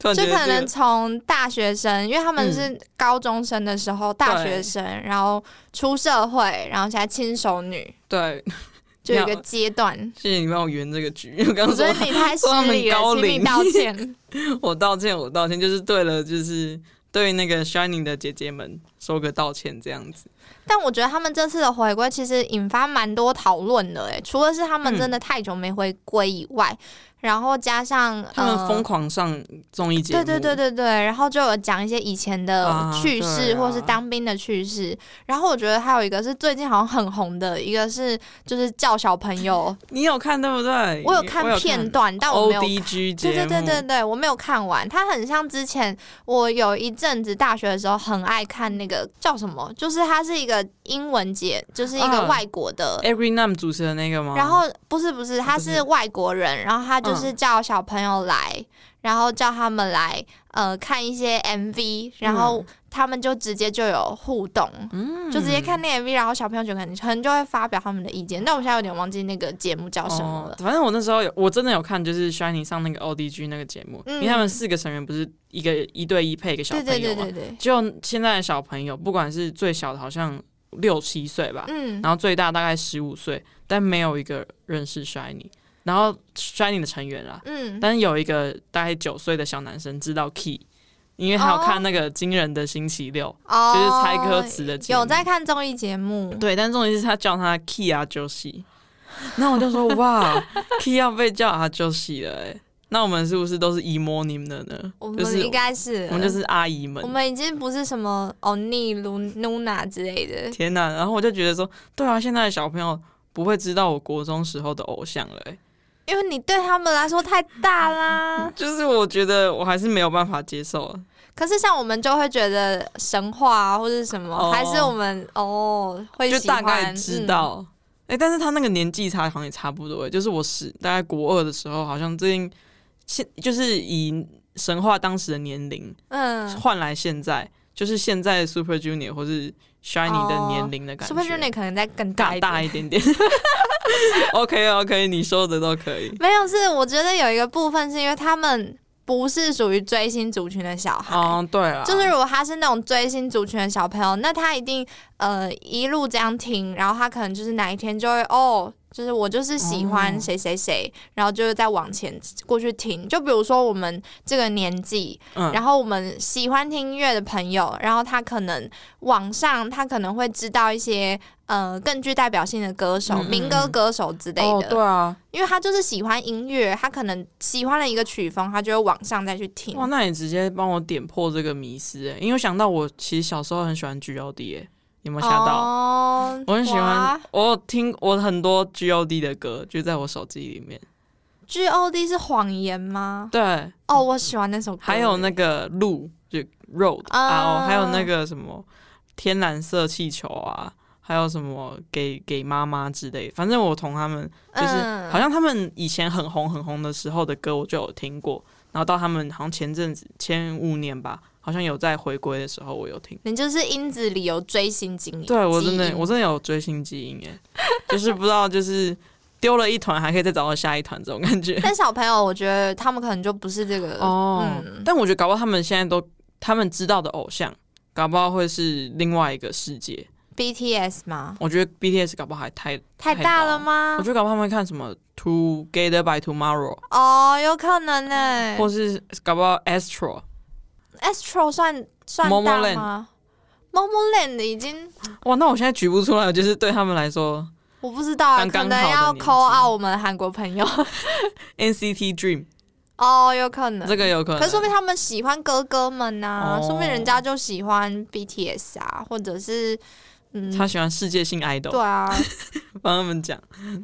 Speaker 2: 突然
Speaker 1: 就
Speaker 2: 觉得
Speaker 1: 可
Speaker 2: 这
Speaker 1: 能
Speaker 2: 个
Speaker 1: 从大学生，因为他们
Speaker 2: 嗯
Speaker 1: 是高中生的时候，大学生，然后出社会，然后现在亲熟女，
Speaker 2: 对，
Speaker 1: 就有一
Speaker 2: 没
Speaker 1: 个
Speaker 2: 有
Speaker 1: 阶段。
Speaker 2: 谢谢你帮我圆这个局。我刚刚
Speaker 1: 所以
Speaker 2: 说
Speaker 1: 你太失
Speaker 2: 说他们
Speaker 1: 礼
Speaker 2: 高
Speaker 1: 了，请你
Speaker 2: 龄
Speaker 1: 道歉。
Speaker 2: 我道歉，我道歉，就是对了，就是对那个 Shining 的姐姐们，说个道歉这样子。
Speaker 1: 但我觉得他们这次的回归其实引发蛮多讨论的，哎，除了是他们真
Speaker 2: 嗯
Speaker 1: 的太久没回归以外，然后加上
Speaker 2: 他们疯
Speaker 1: 呃
Speaker 2: 狂上综艺节目，
Speaker 1: 对对对对对，然后就有讲一些以前的
Speaker 2: 啊
Speaker 1: 趣事，
Speaker 2: 对啊
Speaker 1: 或是当兵的趣事。然后我觉得还有一个是最近好像很红的，一个是就是叫小朋友，
Speaker 2: 你有看对不对？
Speaker 1: 我有看片段，但我没有
Speaker 2: O D G 节
Speaker 1: 对
Speaker 2: 目，
Speaker 1: 对对对对，我没有看完。它很像之前我有一阵子大学的时候很爱看那个叫什么，就是它是一个英文节，就是一个
Speaker 2: 啊
Speaker 1: 外国的。
Speaker 2: Every Nam 主持的那个吗？
Speaker 1: 然后不是不是，他
Speaker 2: 不是嗯
Speaker 1: 是外国人，然后他就是叫小朋友来，然后叫他们来呃看一些 MV，然后他们就直接就有互动，
Speaker 2: 嗯
Speaker 1: 就直接看那 MV，然后小朋友就可能可能就会发表他们的意见。但我现在有点忘记那个节目叫什么了
Speaker 2: 哦。。反正我那时候有，我真的有看，就是 Shining 上那个 O D G 那个节目，
Speaker 1: 嗯
Speaker 2: 因为他们四个成员不是一个一对一配一个小
Speaker 1: 对
Speaker 2: 朋友嘛，啊
Speaker 1: 对对对对，
Speaker 2: 就现在的小朋友，不管是最小的，好像六七岁吧，
Speaker 1: 嗯，
Speaker 2: 然后最大大概十五岁，但没有一个认识 Shiny，然后 Shiny 的成员啊啦，
Speaker 1: 嗯，
Speaker 2: 但是有一个大概九岁的小男生知道 Key，因为他有
Speaker 1: 哦
Speaker 2: 看那个惊人的星期六，
Speaker 1: 哦
Speaker 2: 就是猜歌词的节目
Speaker 1: 有在看综艺节目，
Speaker 2: 对，但重点是他叫他 Key 啊 Josie，那我 就说哇，Key 要被叫啊 Josie 了、欸，那我们是不是都是姨母你们的呢？
Speaker 1: 我
Speaker 2: 就
Speaker 1: 们
Speaker 2: 是
Speaker 1: 应该是
Speaker 2: 我们就是阿姨们
Speaker 1: 我。们已经不是什么欧尼卢努娜之类的，
Speaker 2: 天哪！然后我就觉得说，对啊，现在的小朋友不会知道我国中时候的偶像了、欸，
Speaker 1: 因为你对他们来说太大啦。
Speaker 2: 就是我觉得我还是没有办法接受啊。
Speaker 1: 可是像我们就会觉得神话啊，或者什么，
Speaker 2: 哦
Speaker 1: 还是我们哦会
Speaker 2: 就
Speaker 1: 喜
Speaker 2: 大
Speaker 1: 欢嗯
Speaker 2: 概知、道。哎、但是他那个年纪差好像也差不多、欸，就是我十大概国二的时候，好像最近现就是以神话当时的年龄
Speaker 1: 嗯嗯
Speaker 2: 换来现在，就是现在 Super Junior 或是 Shiny 的年龄的感
Speaker 1: 哦
Speaker 2: 觉，
Speaker 1: ，Super Junior 可能再更大
Speaker 2: 大
Speaker 1: 一
Speaker 2: 大
Speaker 1: 点。
Speaker 2: 一 点点。OK OK，你说的都可以。
Speaker 1: 没有，是我觉得有一个部分是因为他们不是属于追星族群的小孩。
Speaker 2: 哦，对啊，
Speaker 1: 就是如果他是那种追星族群的小朋友，那他一定呃一路这样听，然后他可能就是哪一天就会哦，就是我就是喜欢
Speaker 2: 哦
Speaker 1: 谁谁谁，然后就是再往前过去听。就比如说我们这个年纪，
Speaker 2: 嗯
Speaker 1: 然后我们喜欢听音乐的朋友，然后他可能网上他可能会知道一些呃更具代表性的歌手、
Speaker 2: 嗯嗯嗯
Speaker 1: 民歌歌手之类
Speaker 2: 哦，
Speaker 1: 的，
Speaker 2: 对啊，
Speaker 1: 因为他就是喜欢音乐，他可能喜欢了一个曲风，他就会往上再去听
Speaker 2: 哇，。那你直接帮我点破这个迷思、欸，因为我想到我其实小时候很喜欢 GOD，、欸、有没有吓到？
Speaker 1: 哦
Speaker 2: 我很喜欢
Speaker 1: 哇，
Speaker 2: 我有听我很多 GOD 的歌，就在我手机里面。
Speaker 1: G O D 是谎言吗？
Speaker 2: 对，
Speaker 1: 哦，我喜欢那首歌。
Speaker 2: 还有那个路，就 Road
Speaker 1: 啊
Speaker 2: 啊，还有那个什么天蓝色气球啊，还有什么给给妈妈之类。反正我同他们就是，
Speaker 1: 嗯
Speaker 2: 好像他们以前很红很红的时候的歌，我就有听过。然后到他们好像前阵子前五年吧，好像有在回归的时候，我有听。
Speaker 1: 你就是因子里有追星经历。
Speaker 2: 对我真
Speaker 1: 基
Speaker 2: 的
Speaker 1: 因
Speaker 2: 我真的有追星基因耶，就是不知道就是丢了一团还可以再找到下一团这种感觉。
Speaker 1: 但小朋友，我觉得他们可能就不是这个
Speaker 2: 哦，
Speaker 1: 嗯
Speaker 2: 但我觉得搞不好他们现在都他们知道的偶像，搞不好会是另外一个世界。
Speaker 1: B T S 吗？
Speaker 2: 我觉得 BTS 搞不好还太，
Speaker 1: 太
Speaker 2: 太
Speaker 1: 大
Speaker 2: 大
Speaker 1: 了
Speaker 2: 了
Speaker 1: 吗
Speaker 2: 我？觉得搞不好他们会看什么 Together by Tomorrow，、
Speaker 1: 哦，有可能呢、
Speaker 2: 或是搞不好 Astro。
Speaker 1: Astro 算算大
Speaker 2: Momoland
Speaker 1: 吗？Momo Land 已经
Speaker 2: 哇，那我现在举不出来，就是对他们来说
Speaker 1: 我不知道、啊，
Speaker 2: 刚刚
Speaker 1: 可能要
Speaker 2: 好的年纪
Speaker 1: call out 我们韩国朋友
Speaker 2: NCT Dream
Speaker 1: 哦，有可能。
Speaker 2: 这个有可能。
Speaker 1: 可是说明他们喜欢哥哥们呐、
Speaker 2: 嗯哦
Speaker 1: 说明人家就喜欢 BTS 啊，或者是嗯，
Speaker 2: 他喜欢世界性 idol，
Speaker 1: 对啊，
Speaker 2: 帮他们讲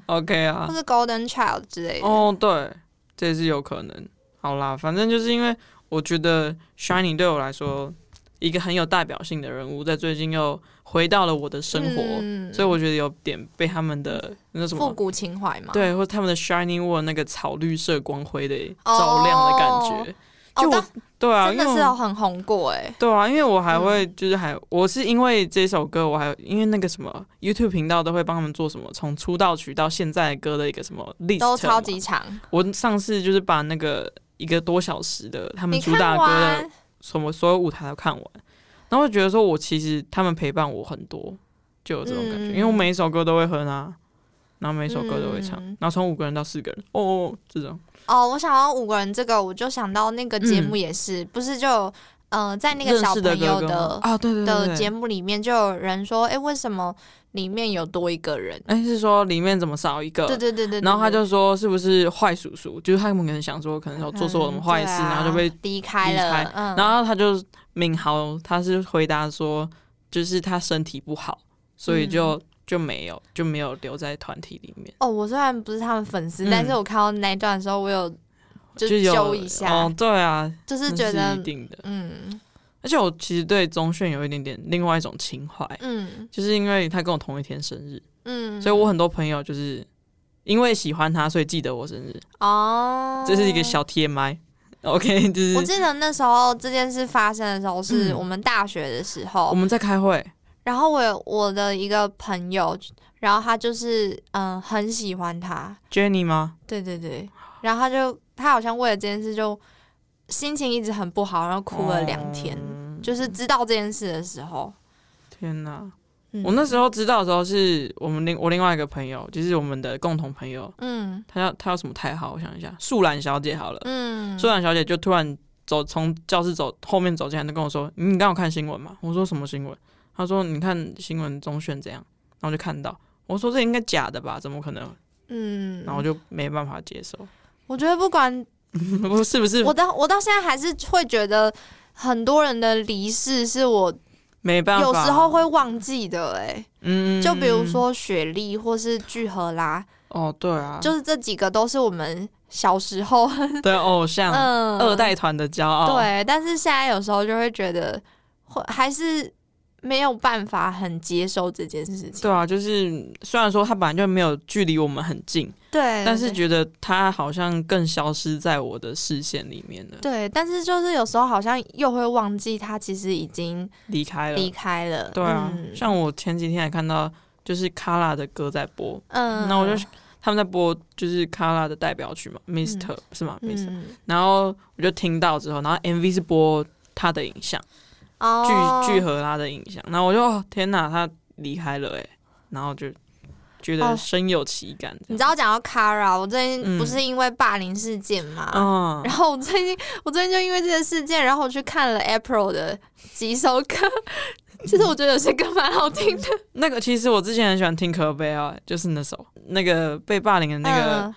Speaker 2: OK 啊
Speaker 1: 或。是 Golden Child 之类的。
Speaker 2: 哦，对，这也是有可能。好啦，反正就是因为我觉得 Shining 对我来说一个很有代表性的人物，在最近又回到了我的生活，
Speaker 1: 嗯
Speaker 2: 所以我觉得有点被他们的那什
Speaker 1: 复
Speaker 2: 么。
Speaker 1: 古情怀嘛。
Speaker 2: 对，或他们的 Shining World 那个草绿色光辉的照亮的感觉，
Speaker 1: 哦，
Speaker 2: 就我、
Speaker 1: 但
Speaker 2: 对啊，
Speaker 1: 真的
Speaker 2: 因
Speaker 1: 是
Speaker 2: 为
Speaker 1: 有
Speaker 2: 我
Speaker 1: 很红过哎、
Speaker 2: 对啊，因为我还会就是还、我是因为这首歌，我还因为那个什么 YouTube 频道都会帮他们做什么从出道曲到现在的歌的一个什么 list，
Speaker 1: 都超
Speaker 2: 嘛
Speaker 1: 级长。
Speaker 2: 我上次就是把那个一个多小时的他们
Speaker 1: 你
Speaker 2: 主
Speaker 1: 看
Speaker 2: 打歌
Speaker 1: 完
Speaker 2: 的什么所有舞台都看完，然后我觉得说我其实他们陪伴我很多，就有这种感觉，
Speaker 1: 嗯
Speaker 2: 因为我每一首歌都会哼啊，然后每一首歌都会唱，
Speaker 1: 嗯
Speaker 2: 然后从五个人到四个人，哦哦，哦这种
Speaker 1: 哦，我想到五个人这个，我就想到那个节目也是，不是就有呃，在那个
Speaker 2: 认
Speaker 1: 小
Speaker 2: 识的
Speaker 1: 朋
Speaker 2: 哥
Speaker 1: 友
Speaker 2: 哥吗
Speaker 1: 的
Speaker 2: 啊，对对对
Speaker 1: 的
Speaker 2: 对
Speaker 1: 节
Speaker 2: 对，
Speaker 1: 目里面，就有人说，哎、为什么里面有多一个人？
Speaker 2: 哎，是说里面怎么少一个？
Speaker 1: 对对对对，
Speaker 2: 呃然后他
Speaker 1: 对
Speaker 2: 就说是不是坏叔叔？就是他们可能想说，可能有做错什么坏事，
Speaker 1: 嗯对啊
Speaker 2: 然后就被。
Speaker 1: 离开
Speaker 2: 离
Speaker 1: 了
Speaker 2: 开。
Speaker 1: 嗯，
Speaker 2: 然后他就敏豪，他是回答说，就是他身体不好，所以就、
Speaker 1: 嗯
Speaker 2: 就没有就没有留在团体里面，
Speaker 1: 哦，我虽然不是他们粉丝，
Speaker 2: 嗯
Speaker 1: 但是我看到那一段的时候，我有就
Speaker 2: 有
Speaker 1: 揪一下，
Speaker 2: 哦，对啊，
Speaker 1: 就是
Speaker 2: 那
Speaker 1: 觉得
Speaker 2: 一，定的。
Speaker 1: 嗯
Speaker 2: 而且我其实对钟铉有一点点另外一种情怀，
Speaker 1: 嗯
Speaker 2: 就是因为他跟我同一天生日，
Speaker 1: 嗯，
Speaker 2: 所以我很多朋友就是因为喜欢他，所以记得我生日，
Speaker 1: 哦，
Speaker 2: 这是一个。小 TMI。OK，就
Speaker 1: 我
Speaker 2: 是
Speaker 1: 记得那时候这件事发生的时候，是
Speaker 2: 嗯
Speaker 1: 我们大学的时候，
Speaker 2: 我们在开会，
Speaker 1: 然后我有我的一个朋友，然后他就是嗯、很喜欢他，
Speaker 2: Jenny 吗？
Speaker 1: 对对对，然后他就他好像为了这件事就心情一直很不好，然后哭了两天，
Speaker 2: 嗯
Speaker 1: 就是知道这件事的时候，
Speaker 2: 天哪！
Speaker 1: 嗯
Speaker 2: 我那时候知道的时候，是我们另我另外一个朋友，就是我们的共同朋友，
Speaker 1: 嗯
Speaker 2: 她叫她叫什么太好？我想一下，素兰小姐好了，
Speaker 1: 嗯
Speaker 2: 素兰小姐就突然走从教室走后面走进来，就跟我说：“嗯你刚有看新闻吗？”我说：“什么新闻？”她说：“你看新闻中选怎样？”然后我就看到，我说：“这应该假的吧？怎么可能
Speaker 1: 嗯？”，
Speaker 2: 然后我就没办法接受，
Speaker 1: 我觉得不管
Speaker 2: 不是不是
Speaker 1: 我到我到现在还是会觉得很多人的离世是我
Speaker 2: 没办法，
Speaker 1: 有时候会忘记的、欸，
Speaker 2: 嗯，
Speaker 1: 就比如说雪莉或是聚合啦，
Speaker 2: 哦，对啊，
Speaker 1: 就是这几个都是我们小时候，
Speaker 2: 对偶像、
Speaker 1: 嗯，
Speaker 2: 二代团的骄傲，
Speaker 1: 对，但是现在有时候就会觉得会还是没有办法很接受这件事情，
Speaker 2: 对啊，就是虽然说他本来就没有距离我们很近，
Speaker 1: 对，
Speaker 2: 但是
Speaker 1: 对
Speaker 2: 觉得他好像更消失在我的视线里面了，
Speaker 1: 对，但是就是有时候好像又会忘记他其实已经
Speaker 2: 离开了。
Speaker 1: 离开了，
Speaker 2: 对啊，
Speaker 1: 嗯
Speaker 2: 像我前几天还看到，就是卡拉的歌在播，
Speaker 1: 嗯，
Speaker 2: 那我就他们在播就是卡拉的代表曲嘛，Mister、是吗？Mister，、
Speaker 1: 嗯，
Speaker 2: 然后我就听到之后，然后 MV 是播他的影像，聚
Speaker 1: 哦，
Speaker 2: 聚合他的影像，然后我就、哦天哪，他离开了哎、然后就觉得
Speaker 1: 哦
Speaker 2: 深有其感这
Speaker 1: 你
Speaker 2: 样，
Speaker 1: 知道讲到 Kara，我最近
Speaker 2: 嗯
Speaker 1: 不是因为霸凌事件嘛，
Speaker 2: 嗯
Speaker 1: 然后我最近我最近就因为这个事件，然后我去看了 April 的几首歌，其实我觉得有些歌蛮好听的。
Speaker 2: 那个其实我之前很喜欢听可悲啊，就是那首那个被霸凌的那个
Speaker 1: 嗯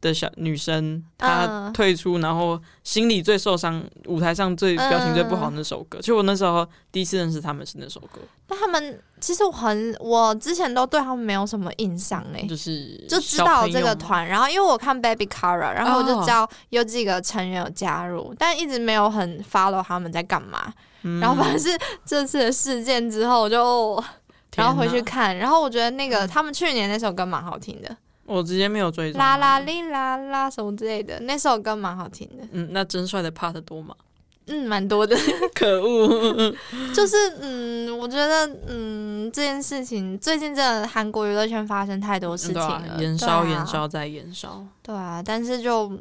Speaker 2: 的小女生，她
Speaker 1: 嗯
Speaker 2: 退出，然后心里最受伤，舞台上最表情最不好那首歌。其实我那时候第一次认识他们是那首歌，
Speaker 1: 那、他们其实我很我之前都对他们没有什么印象哎、
Speaker 2: 就是
Speaker 1: 就知
Speaker 2: 小
Speaker 1: 道
Speaker 2: 朋友哦
Speaker 1: 这个
Speaker 2: 嘛，
Speaker 1: 团，然后因为我看 Baby Kara，然后我就知道有几个成员有加入，但一直没有很 follow 他们在干嘛。
Speaker 2: 嗯
Speaker 1: 然后反正是这次的事件之后，我就
Speaker 2: 天
Speaker 1: 然后
Speaker 2: 哪嗯
Speaker 1: 回去看，然后我觉得那个他们去年那首歌蛮好听的，
Speaker 2: 我直接没有追踪
Speaker 1: 啦啦。哩啦啦什么之类的，那首歌蛮好听的，
Speaker 2: 嗯，那真帅的 part 多 啊吗？
Speaker 1: 嗯，蛮多的。
Speaker 2: 可 恶！
Speaker 1: 就是嗯，我觉得嗯这件事情最近真的韩国娱乐圈发生太多事情
Speaker 2: 对啊
Speaker 1: 了，对
Speaker 2: 燃烧，
Speaker 1: 啊
Speaker 2: 燃烧再燃烧。
Speaker 1: 对啊，但是就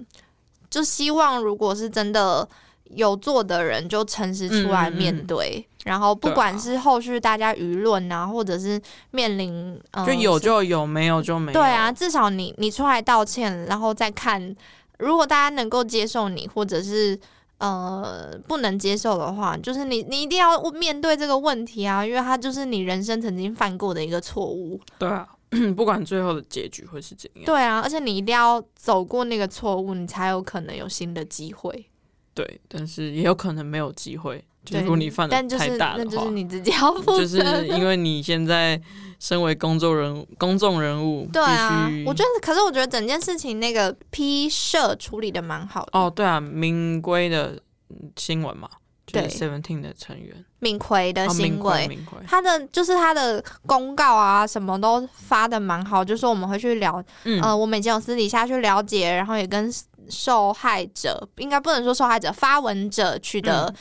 Speaker 1: 就希望，如果是真的有做的人，就诚实出来
Speaker 2: 嗯嗯嗯
Speaker 1: 面对。然后，不
Speaker 2: 对啊
Speaker 1: 管是后续大家舆论啊，或者是面临、呃、
Speaker 2: 就有就有，没有就没有。
Speaker 1: 对啊，，至少你你出来道歉，然后再看，如果大家能够接受你，或者是呃不能接受的话，就是你你一定要面对这个问题啊，因为它就是你人生曾经犯过的一个错误。
Speaker 2: 对啊， 不管最后的结局会是怎样。
Speaker 1: 对啊，而且你一定要走过那个错误，你才有可能有新的机会。
Speaker 2: 对，但是也有可能没有机会。就
Speaker 1: 对，
Speaker 2: 是如果你犯的
Speaker 1: 但就是
Speaker 2: 太大的
Speaker 1: 那就
Speaker 2: 话
Speaker 1: 是，你自己要负
Speaker 2: 就
Speaker 1: 责的。
Speaker 2: 是因为你现在身为公众人物，公众人物 必
Speaker 1: 对啊
Speaker 2: 须，
Speaker 1: 我觉得，可是我觉得整件事情那个 P 社处理的蛮好的。
Speaker 2: 哦，对啊，民规的嗯新闻嘛，就是
Speaker 1: 对
Speaker 2: Seventeen 的成员，
Speaker 1: 敏奎的
Speaker 2: 哦，民
Speaker 1: 行
Speaker 2: 规，
Speaker 1: 为，
Speaker 2: 民规，
Speaker 1: 他的就是他的公告啊，什么都发的蛮好，就说我们会去了，
Speaker 2: 嗯，
Speaker 1: 呃，我们已经有私底下去了解，然后也跟受害者，应该不能说受害者，发文者取
Speaker 2: 嗯
Speaker 1: 得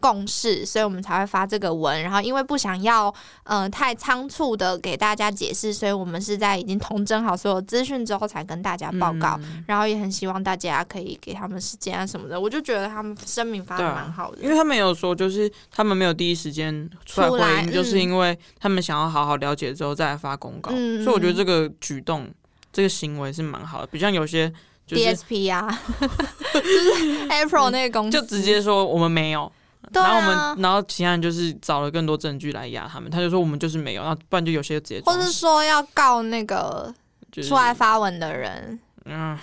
Speaker 1: 共识，所以我们才会发这个文。然后因为不想要，呃，太仓促的给大家解释，所以我们是在已经统整好所有资讯之后才跟大家报告。
Speaker 2: 嗯
Speaker 1: 然后也很希望大家可以给他们时间啊什么的，我就觉得他们声明发的
Speaker 2: 对啊
Speaker 1: 蛮好的。
Speaker 2: 因为他们有说，就是他们没有第一时间出来
Speaker 1: 出
Speaker 2: 回
Speaker 1: 来
Speaker 2: 应，
Speaker 1: 嗯
Speaker 2: 就是因为他们想要好好了解之后再来发公告，
Speaker 1: 嗯
Speaker 2: 所以我觉得
Speaker 1: 嗯
Speaker 2: 这个举动、这个行为是蛮好的，不像有些就是
Speaker 1: DSP 啊，就是 April 那个公司，
Speaker 2: 就直接说我们没有，
Speaker 1: 对啊
Speaker 2: 然后我们，然后其他人就是找了更多证据来压他们。他就说我们就是没有，然后不然就有些直接
Speaker 1: 或
Speaker 2: 装
Speaker 1: 是
Speaker 2: 死，
Speaker 1: 说要告那个
Speaker 2: 就是
Speaker 1: 出来发文的人，
Speaker 2: 嗯，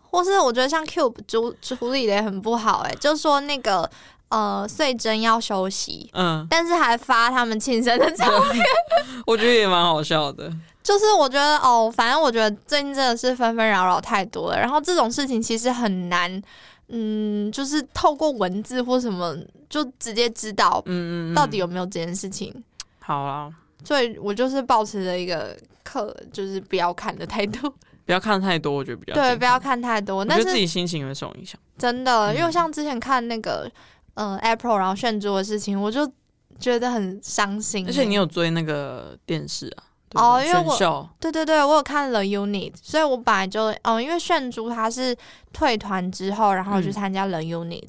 Speaker 1: 或是我觉得像 Cube 处处理的也很不好、欸，哎，就说那个呃穗珍要休息，
Speaker 2: 嗯，
Speaker 1: 但是还发他们庆生的照片，
Speaker 2: 我觉得也蛮好笑的。
Speaker 1: 就是我觉得哦，反正我觉得最近真的是纷纷扰扰太多了，然后这种事情其实很难，嗯，就是透过文字或什么就直接知道
Speaker 2: 嗯嗯，嗯
Speaker 1: 到底有没有这件事情，
Speaker 2: 好啦，
Speaker 1: 所以我就是保持着一个客就是不要看的态度，
Speaker 2: 不要看太多，我嗯觉得比较
Speaker 1: 对，
Speaker 2: 健
Speaker 1: 不
Speaker 2: 康
Speaker 1: 要看太多，
Speaker 2: 我
Speaker 1: 但
Speaker 2: 觉
Speaker 1: 是
Speaker 2: 得自己心情会受影响。
Speaker 1: 真的，
Speaker 2: 嗯
Speaker 1: 因为像之前看那个嗯、呃 April 然后炫珠的事情，我就觉得很伤心欸。
Speaker 2: 而且你有追那个电视啊？对不对
Speaker 1: 哦因为我
Speaker 2: 选秀，
Speaker 1: 对对对，我有看了 Unit，所以我本来就嗯、因为炫珠他是退团之后，然后我去
Speaker 2: 嗯
Speaker 1: 参加了 Unit，、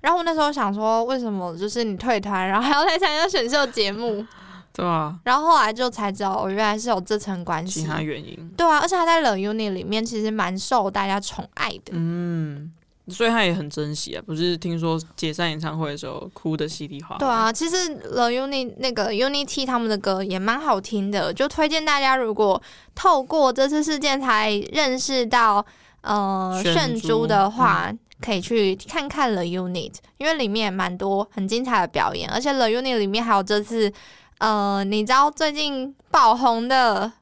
Speaker 1: 然后我那时候想说，为什么就是你退团，然后还要来参加选秀节目？
Speaker 2: 对啊，
Speaker 1: 然后后来就才知道，哦我原来是有这层关
Speaker 2: 其
Speaker 1: 系。
Speaker 2: 他原因，
Speaker 1: 对啊，而且他在冷 Unit 里面其实蛮受大家宠爱的。
Speaker 2: 嗯，所以他也很珍惜啊。不是听说解散演唱会的时候哭的稀里哗啦？
Speaker 1: 对，啊，其实 The Uni 那个 Unity 他们的歌也蛮好听的，就推荐大家如果透过这次事件才认识到呃
Speaker 2: 炫
Speaker 1: 炫
Speaker 2: 珠
Speaker 1: 珠的话。可以去看看 The Unit，因为里面也蛮多很精彩的表演，而且 The Unit 里面还有这次，呃，你知道最近爆红的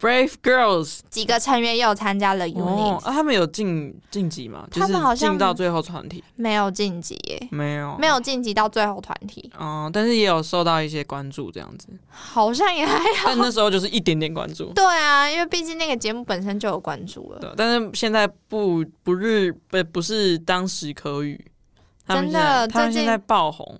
Speaker 2: Brave Girls
Speaker 1: 几个成员也有参加 The
Speaker 2: 哦
Speaker 1: Unit，、，
Speaker 2: 啊，他们有晋晋级吗？就
Speaker 1: 他
Speaker 2: 是
Speaker 1: 们好像
Speaker 2: 进到最后团体
Speaker 1: 没有晋级耶，
Speaker 2: 没有？
Speaker 1: 没有晋级到最后团体，
Speaker 2: 哦、但是也有受到一些关注这样子，
Speaker 1: 好像也还
Speaker 2: 但那时候就是一点点关注。
Speaker 1: 对啊，因为毕竟那个节目本身就有关注了。
Speaker 2: 对，啊但是现在不不日不不是当时可与，他们
Speaker 1: 真
Speaker 2: 现
Speaker 1: 的
Speaker 2: 在他们
Speaker 1: 最近
Speaker 2: 现在爆红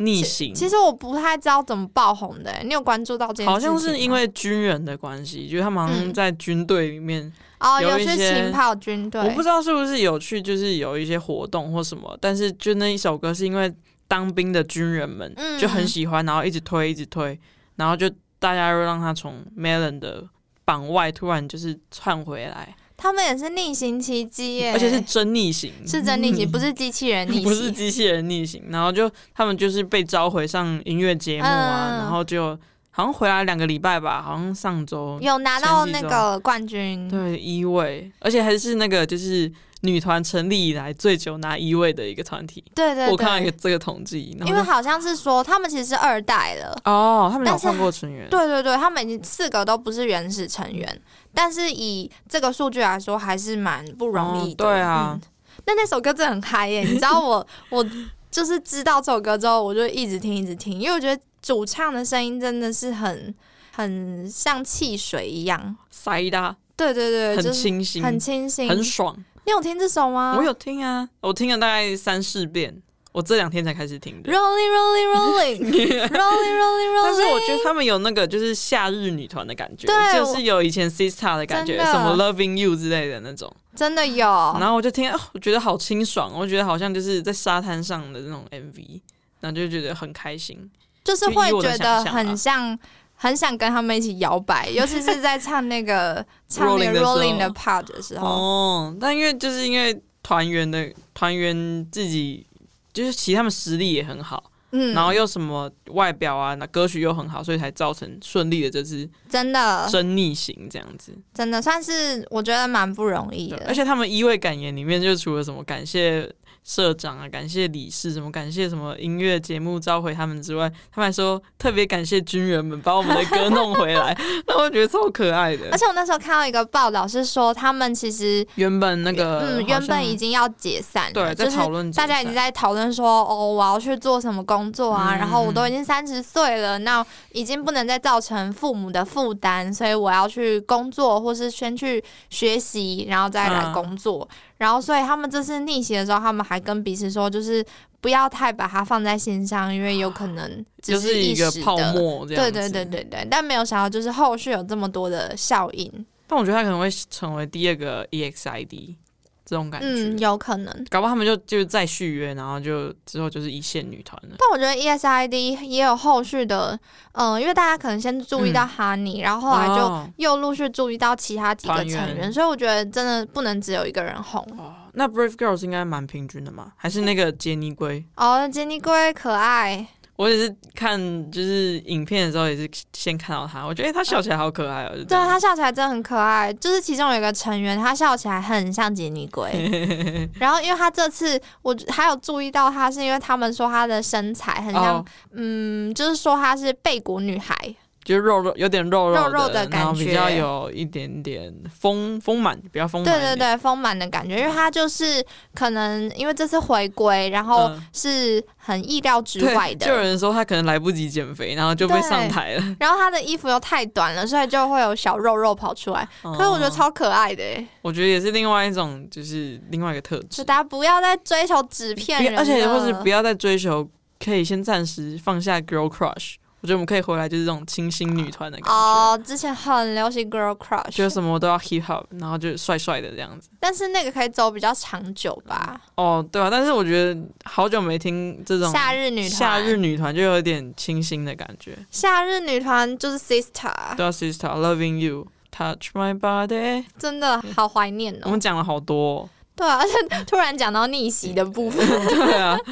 Speaker 2: 逆行，
Speaker 1: 其实我不太知道怎么爆红的、欸你有关注到这件事
Speaker 2: 好
Speaker 1: 情吗啊
Speaker 2: 像是因为军人的关系，就是他们好像
Speaker 1: 嗯
Speaker 2: 在军队里面，
Speaker 1: 哦，
Speaker 2: 有
Speaker 1: 有
Speaker 2: 一
Speaker 1: 去
Speaker 2: 些
Speaker 1: 情报军队，
Speaker 2: 我不知道是不是有去，就是有一些活动或什么，但是就那一首歌是因为当兵的军人们
Speaker 1: 嗯
Speaker 2: 就很喜欢，然后一直推一直推，然后就大家又让他从 Melon 的榜外突然就是窜回来，
Speaker 1: 他们也是逆行奇迹耶、
Speaker 2: 而且是真逆行，
Speaker 1: 是真逆行，不是机器人逆行，
Speaker 2: 不是机器人逆行，然后就他们就是被召回上音乐节目啊，
Speaker 1: 嗯
Speaker 2: 然后就好像回来两个礼拜吧，好像上周
Speaker 1: 有拿到那个冠军，
Speaker 2: 对一位，而且还是那个就是女团成立以来最久拿一位的一个团体。
Speaker 1: 对对
Speaker 2: 我看到一个
Speaker 1: 对，
Speaker 2: 这个统计，然
Speaker 1: 因为
Speaker 2: 后就
Speaker 1: 好像是说他们其实是二代了。
Speaker 2: 哦，他们有
Speaker 1: 但是
Speaker 2: 换过成员，
Speaker 1: 对对对，他们已经四个都不是原始成员，但是以这个数据来说，还是蛮不容易的。
Speaker 2: 哦对啊
Speaker 1: 嗯，那那首歌真的很嗨 耶！你知道我我就是知道这首歌之后，我就一直听一直听，因为我觉得主唱的声音真的是很很像汽水一样。
Speaker 2: 塞哒
Speaker 1: 对对对，
Speaker 2: 很
Speaker 1: 就是
Speaker 2: 清新，
Speaker 1: 很清新。
Speaker 2: 很爽。
Speaker 1: 你有听这首吗？
Speaker 2: 我有听啊，我听了大概三四遍，我这两天才开始听的。
Speaker 1: Rolling Rolling Rolling Rolling Rolling Rolling，
Speaker 2: 但是我觉得他们有那个就是夏日女团的感觉，
Speaker 1: 对
Speaker 2: 就是有以前 Sista 的感觉，
Speaker 1: 真的
Speaker 2: 什么 Loving You 之类的那种。
Speaker 1: 真的有。
Speaker 2: 然后我就听，哦我觉得好清爽，我觉得好像就是在沙滩上的那种 MV，然后就觉得很开心。
Speaker 1: 就是
Speaker 2: 就
Speaker 1: 会
Speaker 2: 依我的
Speaker 1: 觉得
Speaker 2: 想象啊
Speaker 1: 很
Speaker 2: 啦
Speaker 1: 像，很想跟他们一起摇摆，尤其是在唱那 个唱那
Speaker 2: Rolling 的
Speaker 1: 个
Speaker 2: 时候
Speaker 1: Rolling 的 part 的时候，
Speaker 2: 哦，但因为就是因为团员的团员自己，就是其实他们实力也很好，
Speaker 1: 嗯，
Speaker 2: 然后又什么外表啊，那歌曲又很好，所以才造成顺利的这次
Speaker 1: 真的
Speaker 2: 真逆行这样子。
Speaker 1: 真的算是我觉得蛮不容易
Speaker 2: 对
Speaker 1: 的，
Speaker 2: 而且他们一位感言里面就除了什么感谢社长啊，感谢理事，什么感谢什么音乐节目召回他们之外，他们还说特别感谢军人们把我们的歌弄回来， 那我觉得超可爱的
Speaker 1: 而。且我那时候看到一个报道是说，他们其实
Speaker 2: 原本那个
Speaker 1: 嗯
Speaker 2: 呃好像
Speaker 1: 原本已经要解散
Speaker 2: 对
Speaker 1: 了，
Speaker 2: 在
Speaker 1: 就是
Speaker 2: 讨论解
Speaker 1: 大
Speaker 2: 散，
Speaker 1: 家已经在讨论说，哦，我要去做什么工作啊？
Speaker 2: 嗯
Speaker 1: 然后我都已经三十岁了，那已经不能再造成父母的负担，所以我要去工作，或是先去学习，然后再来
Speaker 2: 嗯
Speaker 1: 工作。然后，所以他们这次逆袭的时候，他们还跟彼此说，就是不要太把它放在心上，因为有可能只
Speaker 2: 啊就是一
Speaker 1: 一
Speaker 2: 个
Speaker 1: 时
Speaker 2: 泡
Speaker 1: 的。
Speaker 2: 沫这样
Speaker 1: 对
Speaker 2: 子。
Speaker 1: 对对对对，但没有想到就是后续有这么多的效应，
Speaker 2: 但我觉得他可能会成为第二个 E EXID 这种感觉。
Speaker 1: 嗯，有可能。
Speaker 2: 搞不好他们就就再续约，然后就之后就是一线女团了。
Speaker 1: 但我觉得 E ESID 也有后续的，嗯、因为大家可能先注意到哈尼、然后后来就
Speaker 2: 嗯哦
Speaker 1: 又陆续注意到其他几个成
Speaker 2: 团
Speaker 1: 员，
Speaker 2: 员
Speaker 1: 所以我觉得真的不能只有一个人红。
Speaker 2: 哦，那 Brave Girls 应该蛮平均的嘛？还是那个杰尼龟？
Speaker 1: 哦，杰尼龟可爱，
Speaker 2: 我也是看就是影片的时候，也是先看到他，我觉得哎、诶他笑起来好可爱哦、就这
Speaker 1: 对啊
Speaker 2: 样
Speaker 1: 他笑起来真的很可爱。就是其中有一个成员，他笑起来很像杰尼 龟。然后，因为他这次我还有注意到他，是因为他们说他的身材很像，
Speaker 2: 哦，
Speaker 1: 嗯，就是说他是贝果女孩，
Speaker 2: 就是肉肉有点肉
Speaker 1: 肉
Speaker 2: 肉
Speaker 1: 肉的
Speaker 2: 的
Speaker 1: 感
Speaker 2: 然后
Speaker 1: 觉
Speaker 2: 比较有一点点丰丰满，比较丰满
Speaker 1: 对
Speaker 2: 一
Speaker 1: 对
Speaker 2: 点。嗯
Speaker 1: 对，丰满的感觉。因为他就是可能因为这次回归，然后
Speaker 2: 嗯
Speaker 1: 是很意料之
Speaker 2: 对
Speaker 1: 外
Speaker 2: 就有
Speaker 1: 的。
Speaker 2: 人说他可能来不及减肥，然后就被
Speaker 1: 对
Speaker 2: 上台了。
Speaker 1: 然后他的衣服又太短了，所以就会有小肉肉跑出来。可是我觉得
Speaker 2: 哦，
Speaker 1: 超可爱的耶、
Speaker 2: 我觉得也是另外一种，就是另外一个特
Speaker 1: 就
Speaker 2: 质。
Speaker 1: 大家不要再追求纸片人
Speaker 2: 别
Speaker 1: 了，
Speaker 2: 而且或是不要再追求，可以先暂时放下 girl crush。我觉得我们可以回来，就是这种清新女团的感觉。
Speaker 1: 哦，之前很流行 girl
Speaker 2: 觉得
Speaker 1: crush，
Speaker 2: 什么都要 hip hop，然后就帅帅的这样子。
Speaker 1: 但是那个可以走比较长久吧。
Speaker 2: 哦，对啊，但是我觉得好久没听这种
Speaker 1: 夏日女团，
Speaker 2: 夏日女团就有点清新的感觉。
Speaker 1: 夏日女团就是 Sister，
Speaker 2: 对啊，Sister Loving You。Touch my body，
Speaker 1: 真的好怀念
Speaker 2: 我
Speaker 1: 哦。
Speaker 2: 们讲了好多、哦，
Speaker 1: 对啊，而 且突然讲到逆袭的部分，
Speaker 2: 对啊。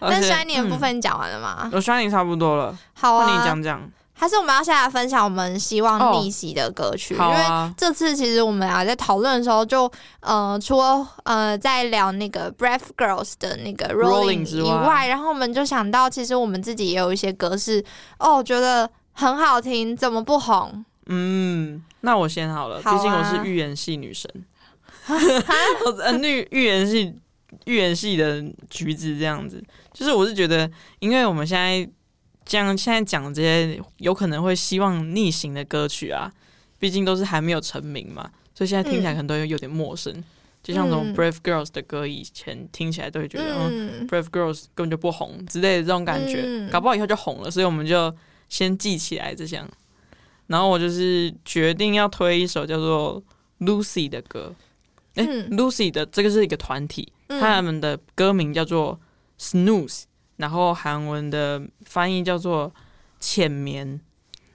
Speaker 2: 而
Speaker 1: 但
Speaker 2: 且嗯
Speaker 1: s h i n y 的部分你讲完了吗？
Speaker 2: 我 Shining 差不多了，
Speaker 1: 好
Speaker 2: 换
Speaker 1: 啊，
Speaker 2: 你讲讲。
Speaker 1: 还是我们要下来分享我们希望
Speaker 2: 哦
Speaker 1: 逆袭的歌曲，
Speaker 2: 好
Speaker 1: 因为
Speaker 2: 啊，
Speaker 1: 这次其实我们啊在讨论的时候就，呃，除了呃在聊那个 Brave Girls 的那个
Speaker 2: Rolling
Speaker 1: Rolling
Speaker 2: 之
Speaker 1: 以
Speaker 2: 外
Speaker 1: 外，然后我们就想到，其实我们自己也有一些歌是哦，觉得很好听，怎么不红？
Speaker 2: 嗯，那我先好了，
Speaker 1: 好啊
Speaker 2: 毕竟我是预言系女神， 我是呃预预言系预言系的橘子这样子。就是我是觉得，因为我们现在这样现在讲这些有可能会希望逆行的歌曲啊，毕竟都是还没有成名嘛，所以现在听起来
Speaker 1: 嗯
Speaker 2: 可能都有点陌生。就像那种
Speaker 1: 嗯
Speaker 2: Brave Girls 的歌，以前听起来都会觉得，嗯，
Speaker 1: 嗯，
Speaker 2: Brave Girls 根本就不红之类的这种感觉，
Speaker 1: 嗯
Speaker 2: 搞不好以后就红了，所以我们就先记起来这项。然后我就是决定要推一首叫做 Lucy 的歌，哎、
Speaker 1: 嗯
Speaker 2: l u c y 的这个是一个团体，
Speaker 1: 嗯
Speaker 2: 他们的歌名叫做 Snooze，然后韩文的翻译叫做浅眠。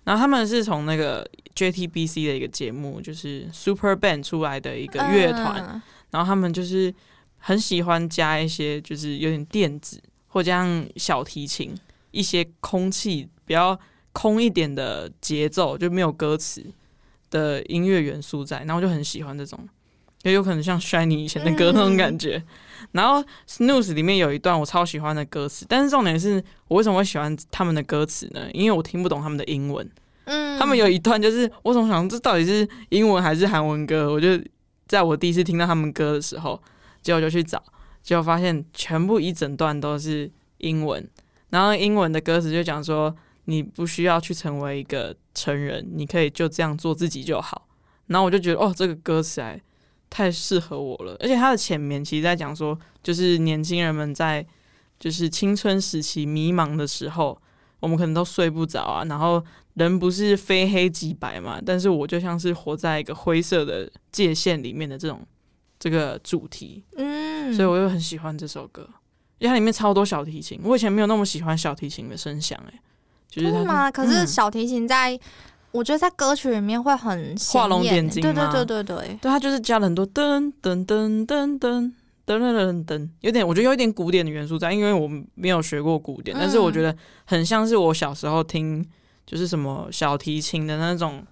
Speaker 2: 然后他们是从那个 JTBC 的一个节目，就是 Super Band 出来的一个乐团，
Speaker 1: 嗯
Speaker 2: 然后他们就是很喜欢加一些就是有点电子或加上小提琴一些空气比较空一点的节奏，就没有歌词的音乐元素在，然后我就很喜欢这种，也有可能像 Shiny 以前的
Speaker 1: 嗯
Speaker 2: 歌那种感觉。然后 Snooze 里面有一段我超喜欢的歌词，但是重点是我为什么会喜欢他们的歌词呢？因为我听不懂他们的英文。
Speaker 1: 嗯
Speaker 2: 他们有一段就是我总想这到底是英文还是韩文歌，我就在我第一次听到他们歌的时候，结果就去找，结果发现全部一整段都是英文，然后英文的歌词就讲说你不需要去成为一个成人，你可以就这样做自己就好。然后我就觉得哦，这个歌词还太适合我了，而且它的前面其实在讲说，就是年轻人们在就是青春时期迷茫的时候，我们可能都睡不着啊，然后人不是非黑即白嘛，但是我就像是活在一个灰色的界限里面的这种这个主题，
Speaker 1: 嗯，
Speaker 2: 所以我又很喜欢这首歌，因为它里面超多小提琴，我以前没有那么喜欢小提琴的声响，哎，就是
Speaker 1: 真
Speaker 2: 它
Speaker 1: 的
Speaker 2: 是
Speaker 1: 吗？可是
Speaker 2: 嗯
Speaker 1: 小提琴在。我觉得在歌曲里面会很显
Speaker 2: 画龙
Speaker 1: 眼
Speaker 2: 点睛
Speaker 1: 对对
Speaker 2: 吗
Speaker 1: 对对对，
Speaker 2: 对，它就是加了很多噔噔噔噔噔噔噔噔噔，有点我觉得有一点古典的元素在，因为我没有学过古典，但是我觉得很像是我小时候听就是什么小提琴的那种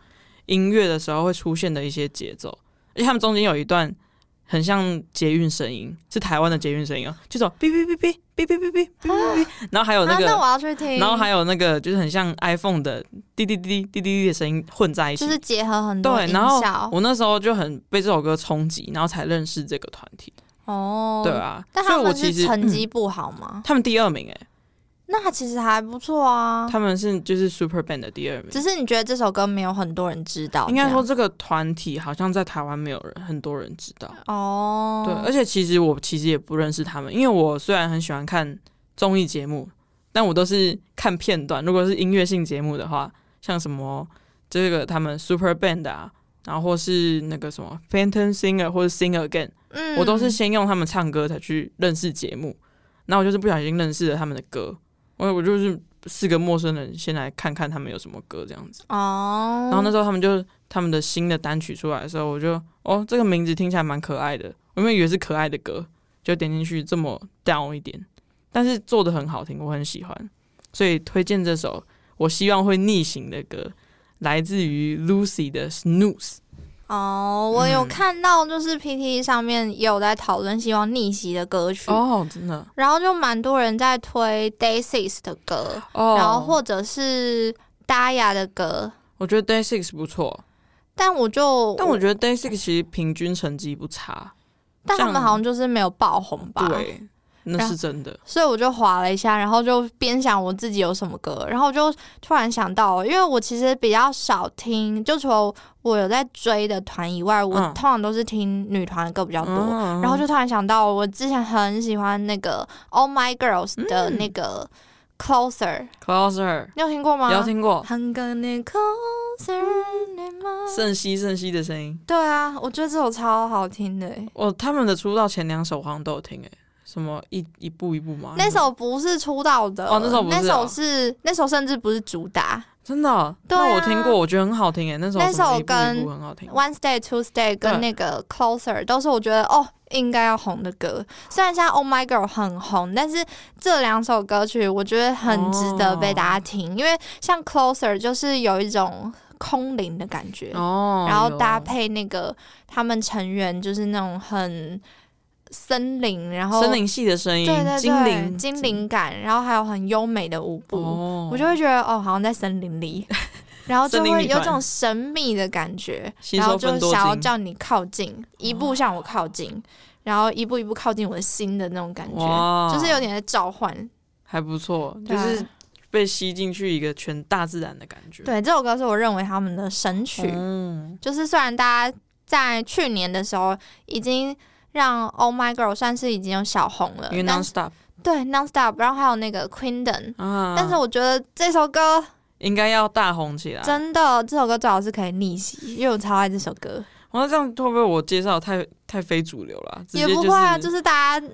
Speaker 2: 音乐的时候会出现的一些节奏，而且他们中间有一段。很像捷运声音，是台湾的捷运声音哦，就这种哔哔哔哔哔哔哔哔哔哔哔，然后还有那
Speaker 1: 啊，
Speaker 2: 个，
Speaker 1: 那我要去听，
Speaker 2: 然后还有那个，就是很像 iPhone 的滴滴滴滴滴滴的声音混在一起，
Speaker 1: 就是结合很多
Speaker 2: 对，
Speaker 1: 音
Speaker 2: 然后
Speaker 1: 效
Speaker 2: 我那时候就很被这首歌冲击，然后才认识这个团体。
Speaker 1: 哦，
Speaker 2: 对啊，
Speaker 1: 但
Speaker 2: 所
Speaker 1: 他
Speaker 2: 以我
Speaker 1: 们
Speaker 2: 其
Speaker 1: 是
Speaker 2: 实
Speaker 1: 成
Speaker 2: 嗯
Speaker 1: 绩不好吗？
Speaker 2: 他们第二名哎、
Speaker 1: 那其实还不错啊，
Speaker 2: 他们是就是 Super Band 的第二名。
Speaker 1: 只是你觉得这首歌没有很多人知道，
Speaker 2: 应该说
Speaker 1: 这
Speaker 2: 这个团体好像在台湾没有人很多人知道。
Speaker 1: 样哦，
Speaker 2: 对，而且其实我其实也不认识他们，因为我虽然很喜欢看综艺节目，但我都是看片段。如果是音乐性节目的话，像什么这个他们 Super Band 啊，然后或是那个什么 Phantom Singer 或者 Sing Again。
Speaker 1: 嗯
Speaker 2: 我都是先用他们唱歌才去认识节目，然后我就是不小心认识了他们的歌，我我就是四个陌生人先来看看他们有什么歌这样子，
Speaker 1: 哦，
Speaker 2: 然后那时候他们就他们的新的单曲出来的时候，我就哦这个名字听起来蛮可爱的，我原本以为是可爱的歌，就点进去这么 down 一点，但是做的很好听，我很喜欢，所以推荐这首我希望会逆行的歌，来自于 Lucy 的 Snooze。
Speaker 1: 哦，我
Speaker 2: 嗯
Speaker 1: 有看到，就是 PT 上面也有在讨论希望逆袭的歌曲，
Speaker 2: 哦，真的
Speaker 1: 然后就蛮多人在推 Day Six 的歌，
Speaker 2: 哦，
Speaker 1: 然后或者是 Daya 的歌，
Speaker 2: 我觉得 Day Six 不错，
Speaker 1: 但我就
Speaker 2: 但我觉得 Day Six 其实平均成绩不差，
Speaker 1: 但他
Speaker 2: 这
Speaker 1: 们
Speaker 2: 样
Speaker 1: 好像就是没有爆红吧。
Speaker 2: 对，那是真的。
Speaker 1: 所以我就划了一下，然后就边想我自己有什么歌，然后我就突然想到，因为我其实比较少听，就除了我有在追的团以外，我
Speaker 2: 嗯
Speaker 1: 通常都是听女团的歌比较多。
Speaker 2: 嗯
Speaker 1: 然后就突然想到，我之前很喜欢那个 All My Girls
Speaker 2: 嗯
Speaker 1: 的那个 Closer，、
Speaker 2: Closer
Speaker 1: 你有听过吗？
Speaker 2: 有。听过
Speaker 1: I'm gonna closer than my-
Speaker 2: 圣熙圣熙的声音？
Speaker 1: 对啊，我觉得这首超好听的欸、
Speaker 2: 哦，他们的出道前两首好像都有听诶，欸什么一一步一步嘛，
Speaker 1: 那首不是出道的，
Speaker 2: 哦哦那首不是
Speaker 1: 那首
Speaker 2: 哦
Speaker 1: 是那首甚至不是主打。
Speaker 2: 真的哦，
Speaker 1: 对啊
Speaker 2: 那我听过，我觉得很好听诶，欸那首
Speaker 1: 那
Speaker 2: 什
Speaker 1: 首
Speaker 2: 么一步一
Speaker 1: 跟
Speaker 2: 步很好听。
Speaker 1: One Stay Two Stay 跟那个 Closer 都是我觉得哦应该要红的歌。虽然现在 Oh My Girl 很红，但是这两首歌曲我觉得很值得被大家
Speaker 2: 哦
Speaker 1: 听，因为像 Closer 就是有一种空灵的感觉，
Speaker 2: 哦，
Speaker 1: 然后
Speaker 2: 有
Speaker 1: 搭配那个他们成员就是那种很森林，然后
Speaker 2: 森林系的声音，
Speaker 1: 对对对
Speaker 2: 精灵
Speaker 1: 精灵感，然后还有很优美的舞步。
Speaker 2: 哦，
Speaker 1: 我就会觉得哦，好像在森林 里，然后就
Speaker 2: 森林
Speaker 1: 会
Speaker 2: 女
Speaker 1: 有
Speaker 2: 团
Speaker 1: 种神秘的感觉，
Speaker 2: 吸
Speaker 1: 然后
Speaker 2: 收
Speaker 1: 就
Speaker 2: 芬多哦
Speaker 1: 想要
Speaker 2: 精
Speaker 1: 叫你靠近，一步向我靠近，然后一步一步靠近我的心的那种感觉，
Speaker 2: 哇，
Speaker 1: 就是有点在召唤。
Speaker 2: 还不错，
Speaker 1: 对
Speaker 2: 就
Speaker 1: 啊
Speaker 2: 是被吸进去一个全大自然的感觉。
Speaker 1: 对，这首歌是我认为他们的神曲，
Speaker 2: 嗯，
Speaker 1: 就是虽然大家在去年的时候已经让 Oh My Girl 算是已经有小红了
Speaker 2: 因为，
Speaker 1: 呃但
Speaker 2: non
Speaker 1: 是
Speaker 2: stop
Speaker 1: 对 Nonstop，然后还有那个 Queendom。
Speaker 2: 啊，
Speaker 1: 但是我觉得这首歌
Speaker 2: 应该要大红起来。
Speaker 1: 真的，这首歌最好是可以逆袭，因为我超爱这首歌。
Speaker 2: 哇，这样会不会我介绍太太非主流了？直
Speaker 1: 也
Speaker 2: 接
Speaker 1: 不会啊，
Speaker 2: 就
Speaker 1: 就是是大家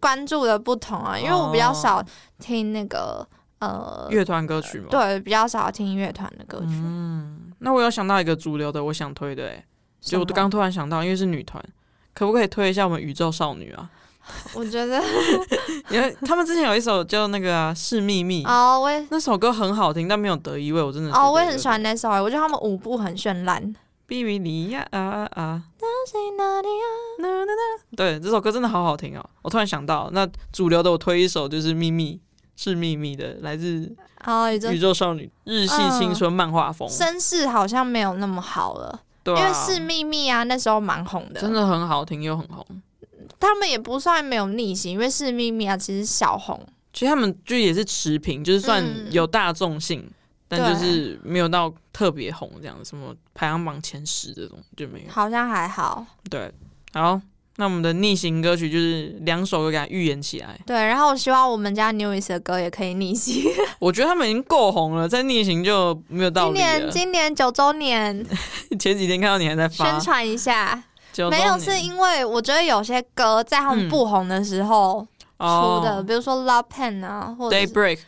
Speaker 1: 关注的不同啊，因为我比较少听那个、呃，
Speaker 2: 哦乐团歌曲嘛。，
Speaker 1: 对，比较少听乐团的歌曲。
Speaker 2: 嗯，那我有想到一个主流的，我想推的、欸，
Speaker 1: 什
Speaker 2: 就
Speaker 1: 么
Speaker 2: 我刚突然想到，因为是女团，可不可以推一下我们宇宙少女 啊？
Speaker 1: 我觉得
Speaker 2: 因为他们之前有一首叫那个、啊《是秘密》
Speaker 1: 哦，我也
Speaker 2: 那首歌很好听，但没有得一位，我真的
Speaker 1: 哦，我也很喜欢。那首欸，我觉得他们舞步很绚烂。
Speaker 2: 比比里呀啊啊啊！呐呐呐对，这首歌真的好好听哦！我突然想到，那主流的我推一首就是《秘密》，是《秘密》的，来自
Speaker 1: 哦，也就
Speaker 2: 宇宙少女日系
Speaker 1: 嗯
Speaker 2: 青春漫画风，
Speaker 1: 声势好像没有那么好了，
Speaker 2: 对、啊，
Speaker 1: 因为是秘密啊，那时候蛮红的。
Speaker 2: 真的很好听又很红。
Speaker 1: 他们也不算没有逆袭，因为是秘密啊，其实小红。
Speaker 2: 其实他们就也是持平，就是算
Speaker 1: 嗯
Speaker 2: 有大众性，
Speaker 1: 对
Speaker 2: 但就是没有到特别红这样，什么排行榜前十这种就没有。
Speaker 1: 好像还好，
Speaker 2: 对，好，那我们的逆行歌曲就是两首歌给它预言起来。
Speaker 1: 对。然后我希望我们家 Newies 的歌也可以逆袭。
Speaker 2: 我觉得他们已经够红了，再逆行就没有道
Speaker 1: 今
Speaker 2: 理啊
Speaker 1: 年
Speaker 2: 了。
Speaker 1: 今年九周年，
Speaker 2: 前几天看到你还在
Speaker 1: 宣
Speaker 2: 发，
Speaker 1: 传一下。
Speaker 2: 九周
Speaker 1: 没
Speaker 2: 年
Speaker 1: 有，是因为我觉得有些歌在他们不红的时候出的，
Speaker 2: 嗯哦、
Speaker 1: 比如说《Love Pen》啊，或者是
Speaker 2: Daybreak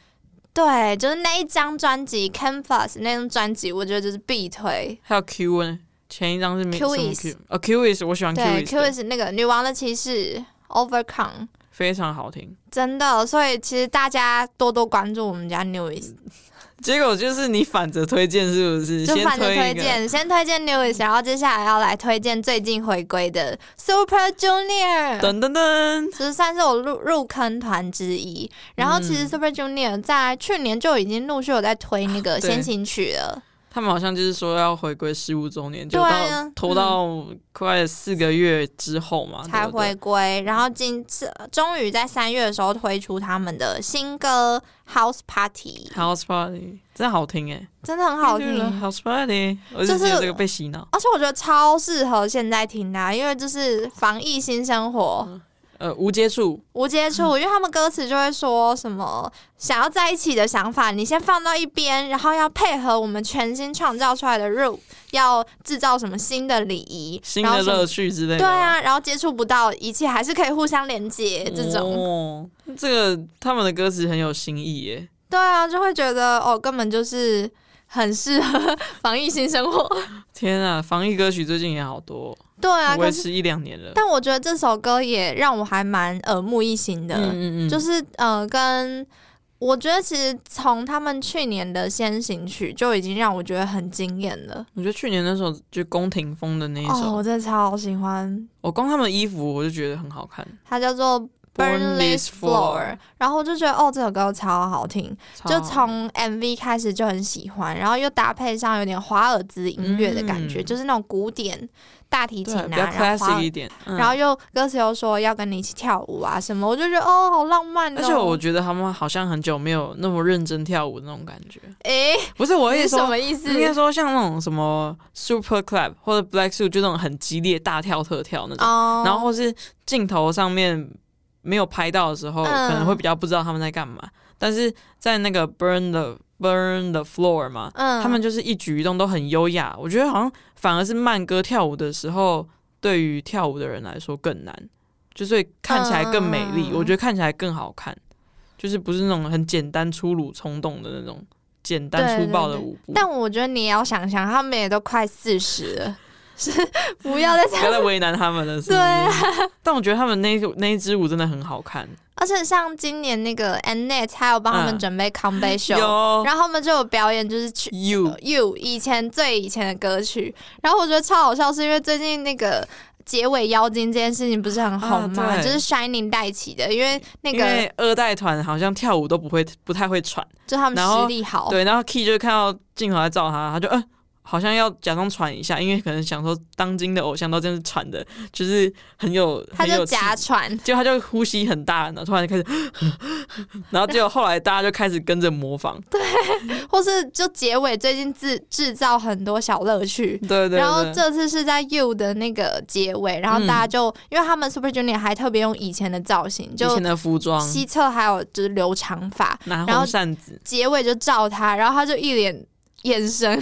Speaker 1: 对，就是那一张专辑《Canvas》那张专辑，我觉得就是必推。
Speaker 2: 还有 Q N，前一张是没
Speaker 1: Q
Speaker 2: 什么
Speaker 1: is
Speaker 2: Q 哦 Q is 我喜欢 Q
Speaker 1: 对
Speaker 2: is，的
Speaker 1: q s 那个《女王的骑士》Overcome。
Speaker 2: 非常好听。
Speaker 1: 真的，所以其实大家多多关注我们家 Newies，
Speaker 2: 结果就是你反着推荐是不是？
Speaker 1: 就
Speaker 2: 先
Speaker 1: 反正
Speaker 2: 推
Speaker 1: 推
Speaker 2: 一个
Speaker 1: 荐，先推荐 Newies，然后接下来要来推荐最近回归的 Super Junior。
Speaker 2: 噔噔噔，
Speaker 1: 就是算是我入入坑团之一。然后其实
Speaker 2: 嗯
Speaker 1: Super Junior 在去年就已经陆续有在推那个
Speaker 2: 啊对
Speaker 1: 先行曲了，
Speaker 2: 他们好像就是说要回归十五周年，
Speaker 1: 对
Speaker 2: 就到
Speaker 1: 啊
Speaker 2: 拖到快四个月之后嘛，
Speaker 1: 才
Speaker 2: 哦对不对
Speaker 1: 回归。然后今次终于在三月的时候推出他们的新歌《House Party》，
Speaker 2: House Party 真的好听哎，
Speaker 1: 真的很好
Speaker 2: 绿了
Speaker 1: 听。
Speaker 2: House Party，我
Speaker 1: 就
Speaker 2: 就是觉得这个被洗脑。
Speaker 1: 而且我觉得超适合现在听的啊、因为就是防疫新生活、
Speaker 2: 呃，无接触，
Speaker 1: 无接
Speaker 2: 嗯
Speaker 1: 触，因为他们歌词就会说什么想要在一起的想法，你先放到一边，然后要配合我们全新创造出来的 rule，要制造什么新的礼仪，
Speaker 2: 新
Speaker 1: 然后
Speaker 2: 的
Speaker 1: 什么
Speaker 2: 乐趣之类的。
Speaker 1: 对，啊，然后接触不到，一切还是可以互相连接啊这种。
Speaker 2: 哦，这个他们的歌词很有新意耶。
Speaker 1: 对啊，就会觉得哦，根本就是很适合防疫新生活。
Speaker 2: 天啊，防疫歌曲最近也好多哦、
Speaker 1: 对啊，
Speaker 2: 我
Speaker 1: 可
Speaker 2: 也
Speaker 1: 是
Speaker 2: 是一两年了。
Speaker 1: 但我觉得这首歌也让我还蛮耳目一新的，
Speaker 2: 嗯嗯嗯，
Speaker 1: 就是呃，跟我觉得其实从他们去年的先行曲就已经让我觉得很惊艳了。
Speaker 2: 我觉得去年那首就宫廷风的那一
Speaker 1: 哦，
Speaker 2: 首，
Speaker 1: 我真的超喜欢，
Speaker 2: 我光他们衣服我就觉得很好看，
Speaker 1: 它叫做。Burn
Speaker 2: Burn
Speaker 1: this
Speaker 2: This
Speaker 1: floor，
Speaker 2: Floor
Speaker 1: 然后我就觉得哦，这首歌超好听，
Speaker 2: 超
Speaker 1: 就
Speaker 2: 嗯
Speaker 1: 从 MV 开始就很喜欢，然后又搭配上有点华尔兹音乐的感觉，
Speaker 2: 嗯
Speaker 1: 就是那种古典大提琴
Speaker 2: 对
Speaker 1: 啊，
Speaker 2: 比较
Speaker 1: 然后华
Speaker 2: classic
Speaker 1: 尔
Speaker 2: 一点，嗯
Speaker 1: 然后又歌词又说要跟你一起跳舞啊什么，我就觉得哦，好浪漫、哦。
Speaker 2: 而且我觉得他们好像很久没有那么认真跳舞的那种感觉。
Speaker 1: 诶，
Speaker 2: 不是，我
Speaker 1: 你
Speaker 2: 也
Speaker 1: 是什
Speaker 2: 说，
Speaker 1: 么意思？
Speaker 2: 应该说像那种什么 Super Club 或者 Black Suit，就那种很激烈大跳特跳那种。
Speaker 1: 哦，
Speaker 2: 然后或是镜头上面没有拍到的时候，
Speaker 1: 嗯
Speaker 2: 可能会比较不知道他们在干嘛。但是在那个 Burn the Burn the Floor 嘛，
Speaker 1: 嗯，
Speaker 2: 他们就是一举一动都很优雅。我觉得好像反而是慢歌跳舞的时候，对于跳舞的人来说更难，就所以看起来更美丽。
Speaker 1: 嗯
Speaker 2: 我觉得看起来更好看，就是不是那种很简单粗鲁冲动的那种简单粗暴的舞步。
Speaker 1: 但我觉得你也要想想，他们也都快四十了， 是不要 再这
Speaker 2: 不要
Speaker 1: 样。
Speaker 2: 再为难他们了，是不是？
Speaker 1: 对啊
Speaker 2: 但我觉得他们那一那一支舞真的很好看，
Speaker 1: 而且像今年那个 Annette，还有帮他们
Speaker 2: 嗯
Speaker 1: 准备 comeback show，、
Speaker 2: 有
Speaker 1: 然后他们就有表演，就是去
Speaker 2: You
Speaker 1: You 以前最以前的歌曲，然后我觉得超好笑，是因为最近那个结尾妖精这件事情不是很红吗？
Speaker 2: 啊对
Speaker 1: 就是 Shining 带起的，因为那
Speaker 2: 因
Speaker 1: 个
Speaker 2: 为二代团好像跳舞都不会，不太会喘。
Speaker 1: 就他们
Speaker 2: 然后
Speaker 1: 实力好，
Speaker 2: 对，然后 Key 就看到镜头在照他，他就嗯、呃好像要假装喘一下，因为可能想说当今的偶像都这样子喘的，就是很有
Speaker 1: 他
Speaker 2: 很有
Speaker 1: 就
Speaker 2: 气
Speaker 1: 假喘，
Speaker 2: 结果他就呼吸很大，然后突然 就开始，然后结果后来大家就开始跟着模仿，
Speaker 1: 或是就结尾最近制制造很多小乐趣。
Speaker 2: 对对对，嗯
Speaker 1: 然后这次是在 You 的那个结尾，然后大家就、因为他们 Super Junior 还特别用以前的造型，
Speaker 2: 以
Speaker 1: 就
Speaker 2: 前的服装
Speaker 1: 西侧还有就是留长发，
Speaker 2: 拿
Speaker 1: 然后
Speaker 2: 红扇 子，
Speaker 1: 结尾就照他，然后他就一脸眼神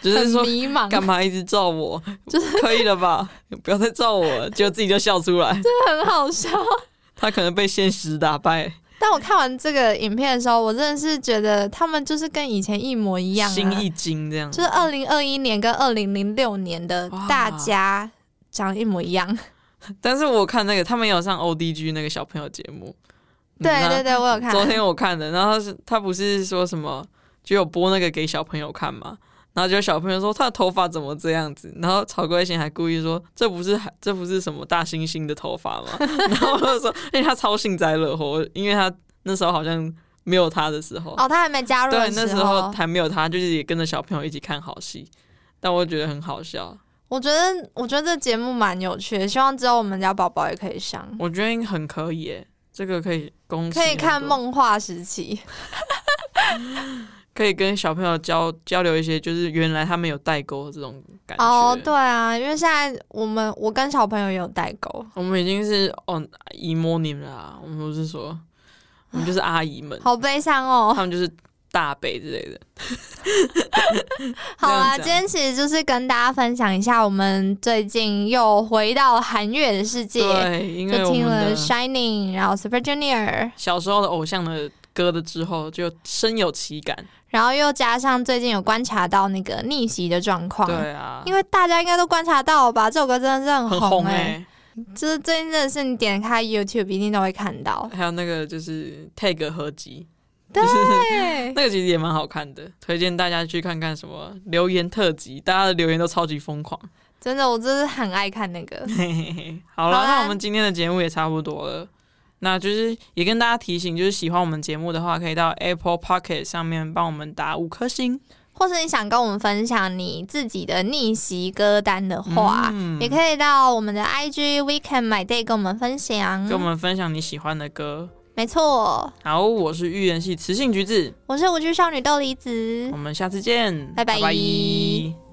Speaker 2: 就
Speaker 1: 很
Speaker 2: 是说
Speaker 1: 迷茫，
Speaker 2: 干嘛一直 照我， 可以了吧，不要再照我了，结果自己就笑 出来，
Speaker 1: 很好笑。
Speaker 2: 他可能被现实打败，
Speaker 1: 但我看完这个影片的时候，我真的是觉得他们就是跟以前一模一样、啊，
Speaker 2: 心一惊这样，
Speaker 1: 就是二零二一年跟二零零六年的
Speaker 2: 哇
Speaker 1: 大家长得一模一
Speaker 2: 嗯
Speaker 1: 样。
Speaker 2: 但是我看那个他们有上 ODG 那个小朋友节目，
Speaker 1: 对
Speaker 2: 嗯
Speaker 1: 对对，我有看
Speaker 2: 那。昨天我看的，然后他是他不是说什么就有播那个给小朋友看嘛，然后就有小朋友说他的头发怎么这样子，然后曹圭贤还故意说这不是这不是什么大猩猩的头发吗？ 然后我就说，因为他超幸灾乐祸，因为他那时候好像没有他的时候，
Speaker 1: 哦，他还没加入
Speaker 2: 对
Speaker 1: 的，
Speaker 2: 那时候
Speaker 1: 候，
Speaker 2: 还没有他，就是也跟着小朋友一起看好戏，但我觉得很好笑，
Speaker 1: 我觉得我觉得这节目蛮有趣的，希望之后我们家宝宝也可以上，
Speaker 2: 我觉得很可以耶，这个可以恭喜
Speaker 1: 可以看
Speaker 2: 很多
Speaker 1: 梦话时期。
Speaker 2: 可以跟小朋友交交流一些，就是原来他们有代沟的这种感觉。
Speaker 1: 哦，对，啊，因为现在我们我跟小朋友也有代沟，
Speaker 2: 我们已经是哦姨母你们了啊，我们不是说我们就是阿姨们，
Speaker 1: 好悲伤哦。
Speaker 2: 他们就是大伯之类的。
Speaker 1: 好啦，
Speaker 2: 这样讲啊
Speaker 1: 今天其实就是跟大家分享一下，我们最近又回到韩乐的世界，
Speaker 2: 对，因为
Speaker 1: 就
Speaker 2: 我
Speaker 1: 听
Speaker 2: 们
Speaker 1: 了
Speaker 2: 的
Speaker 1: Shining，然后 Super Junior，
Speaker 2: 小时候的偶像的歌的之后，就深有其感。
Speaker 1: 然后又加上最近有观察到那个逆袭的状况，
Speaker 2: 对啊，
Speaker 1: 因为大家应该都观察到吧，这首歌真的是
Speaker 2: 很
Speaker 1: 很
Speaker 2: 红
Speaker 1: 哎、
Speaker 2: 哎、
Speaker 1: 就是最近真的是你点开 YouTube 一定都会看到。
Speaker 2: 还有那个就是 Tag 合集，
Speaker 1: 对
Speaker 2: 就是
Speaker 1: 对
Speaker 2: 那个其实也蛮好看的，推荐大家去看看什么留言特辑，大家的留言都超级疯狂。
Speaker 1: 真的，我真的很爱看那 个。
Speaker 2: 嘿嘿嘿，好了，
Speaker 1: 好啦啊
Speaker 2: 那我们今天的节目也差不多了。那就是也跟大家提醒，就是喜欢我们节目的话，可以到 Apple Pocket 上面帮我们打五颗星。
Speaker 1: 或是你想跟我们分享你自己的逆袭歌单的话，
Speaker 2: 嗯
Speaker 1: 也可以到我们的 IG Weekend My Day 跟我们分享。
Speaker 2: 跟我们分享你喜欢的歌。
Speaker 1: 没错，
Speaker 2: 好，我是预言系雌性橘子，
Speaker 1: 我是无趣少女豆梨子
Speaker 2: 我。们下次见，
Speaker 1: 嗯拜拜
Speaker 2: 拜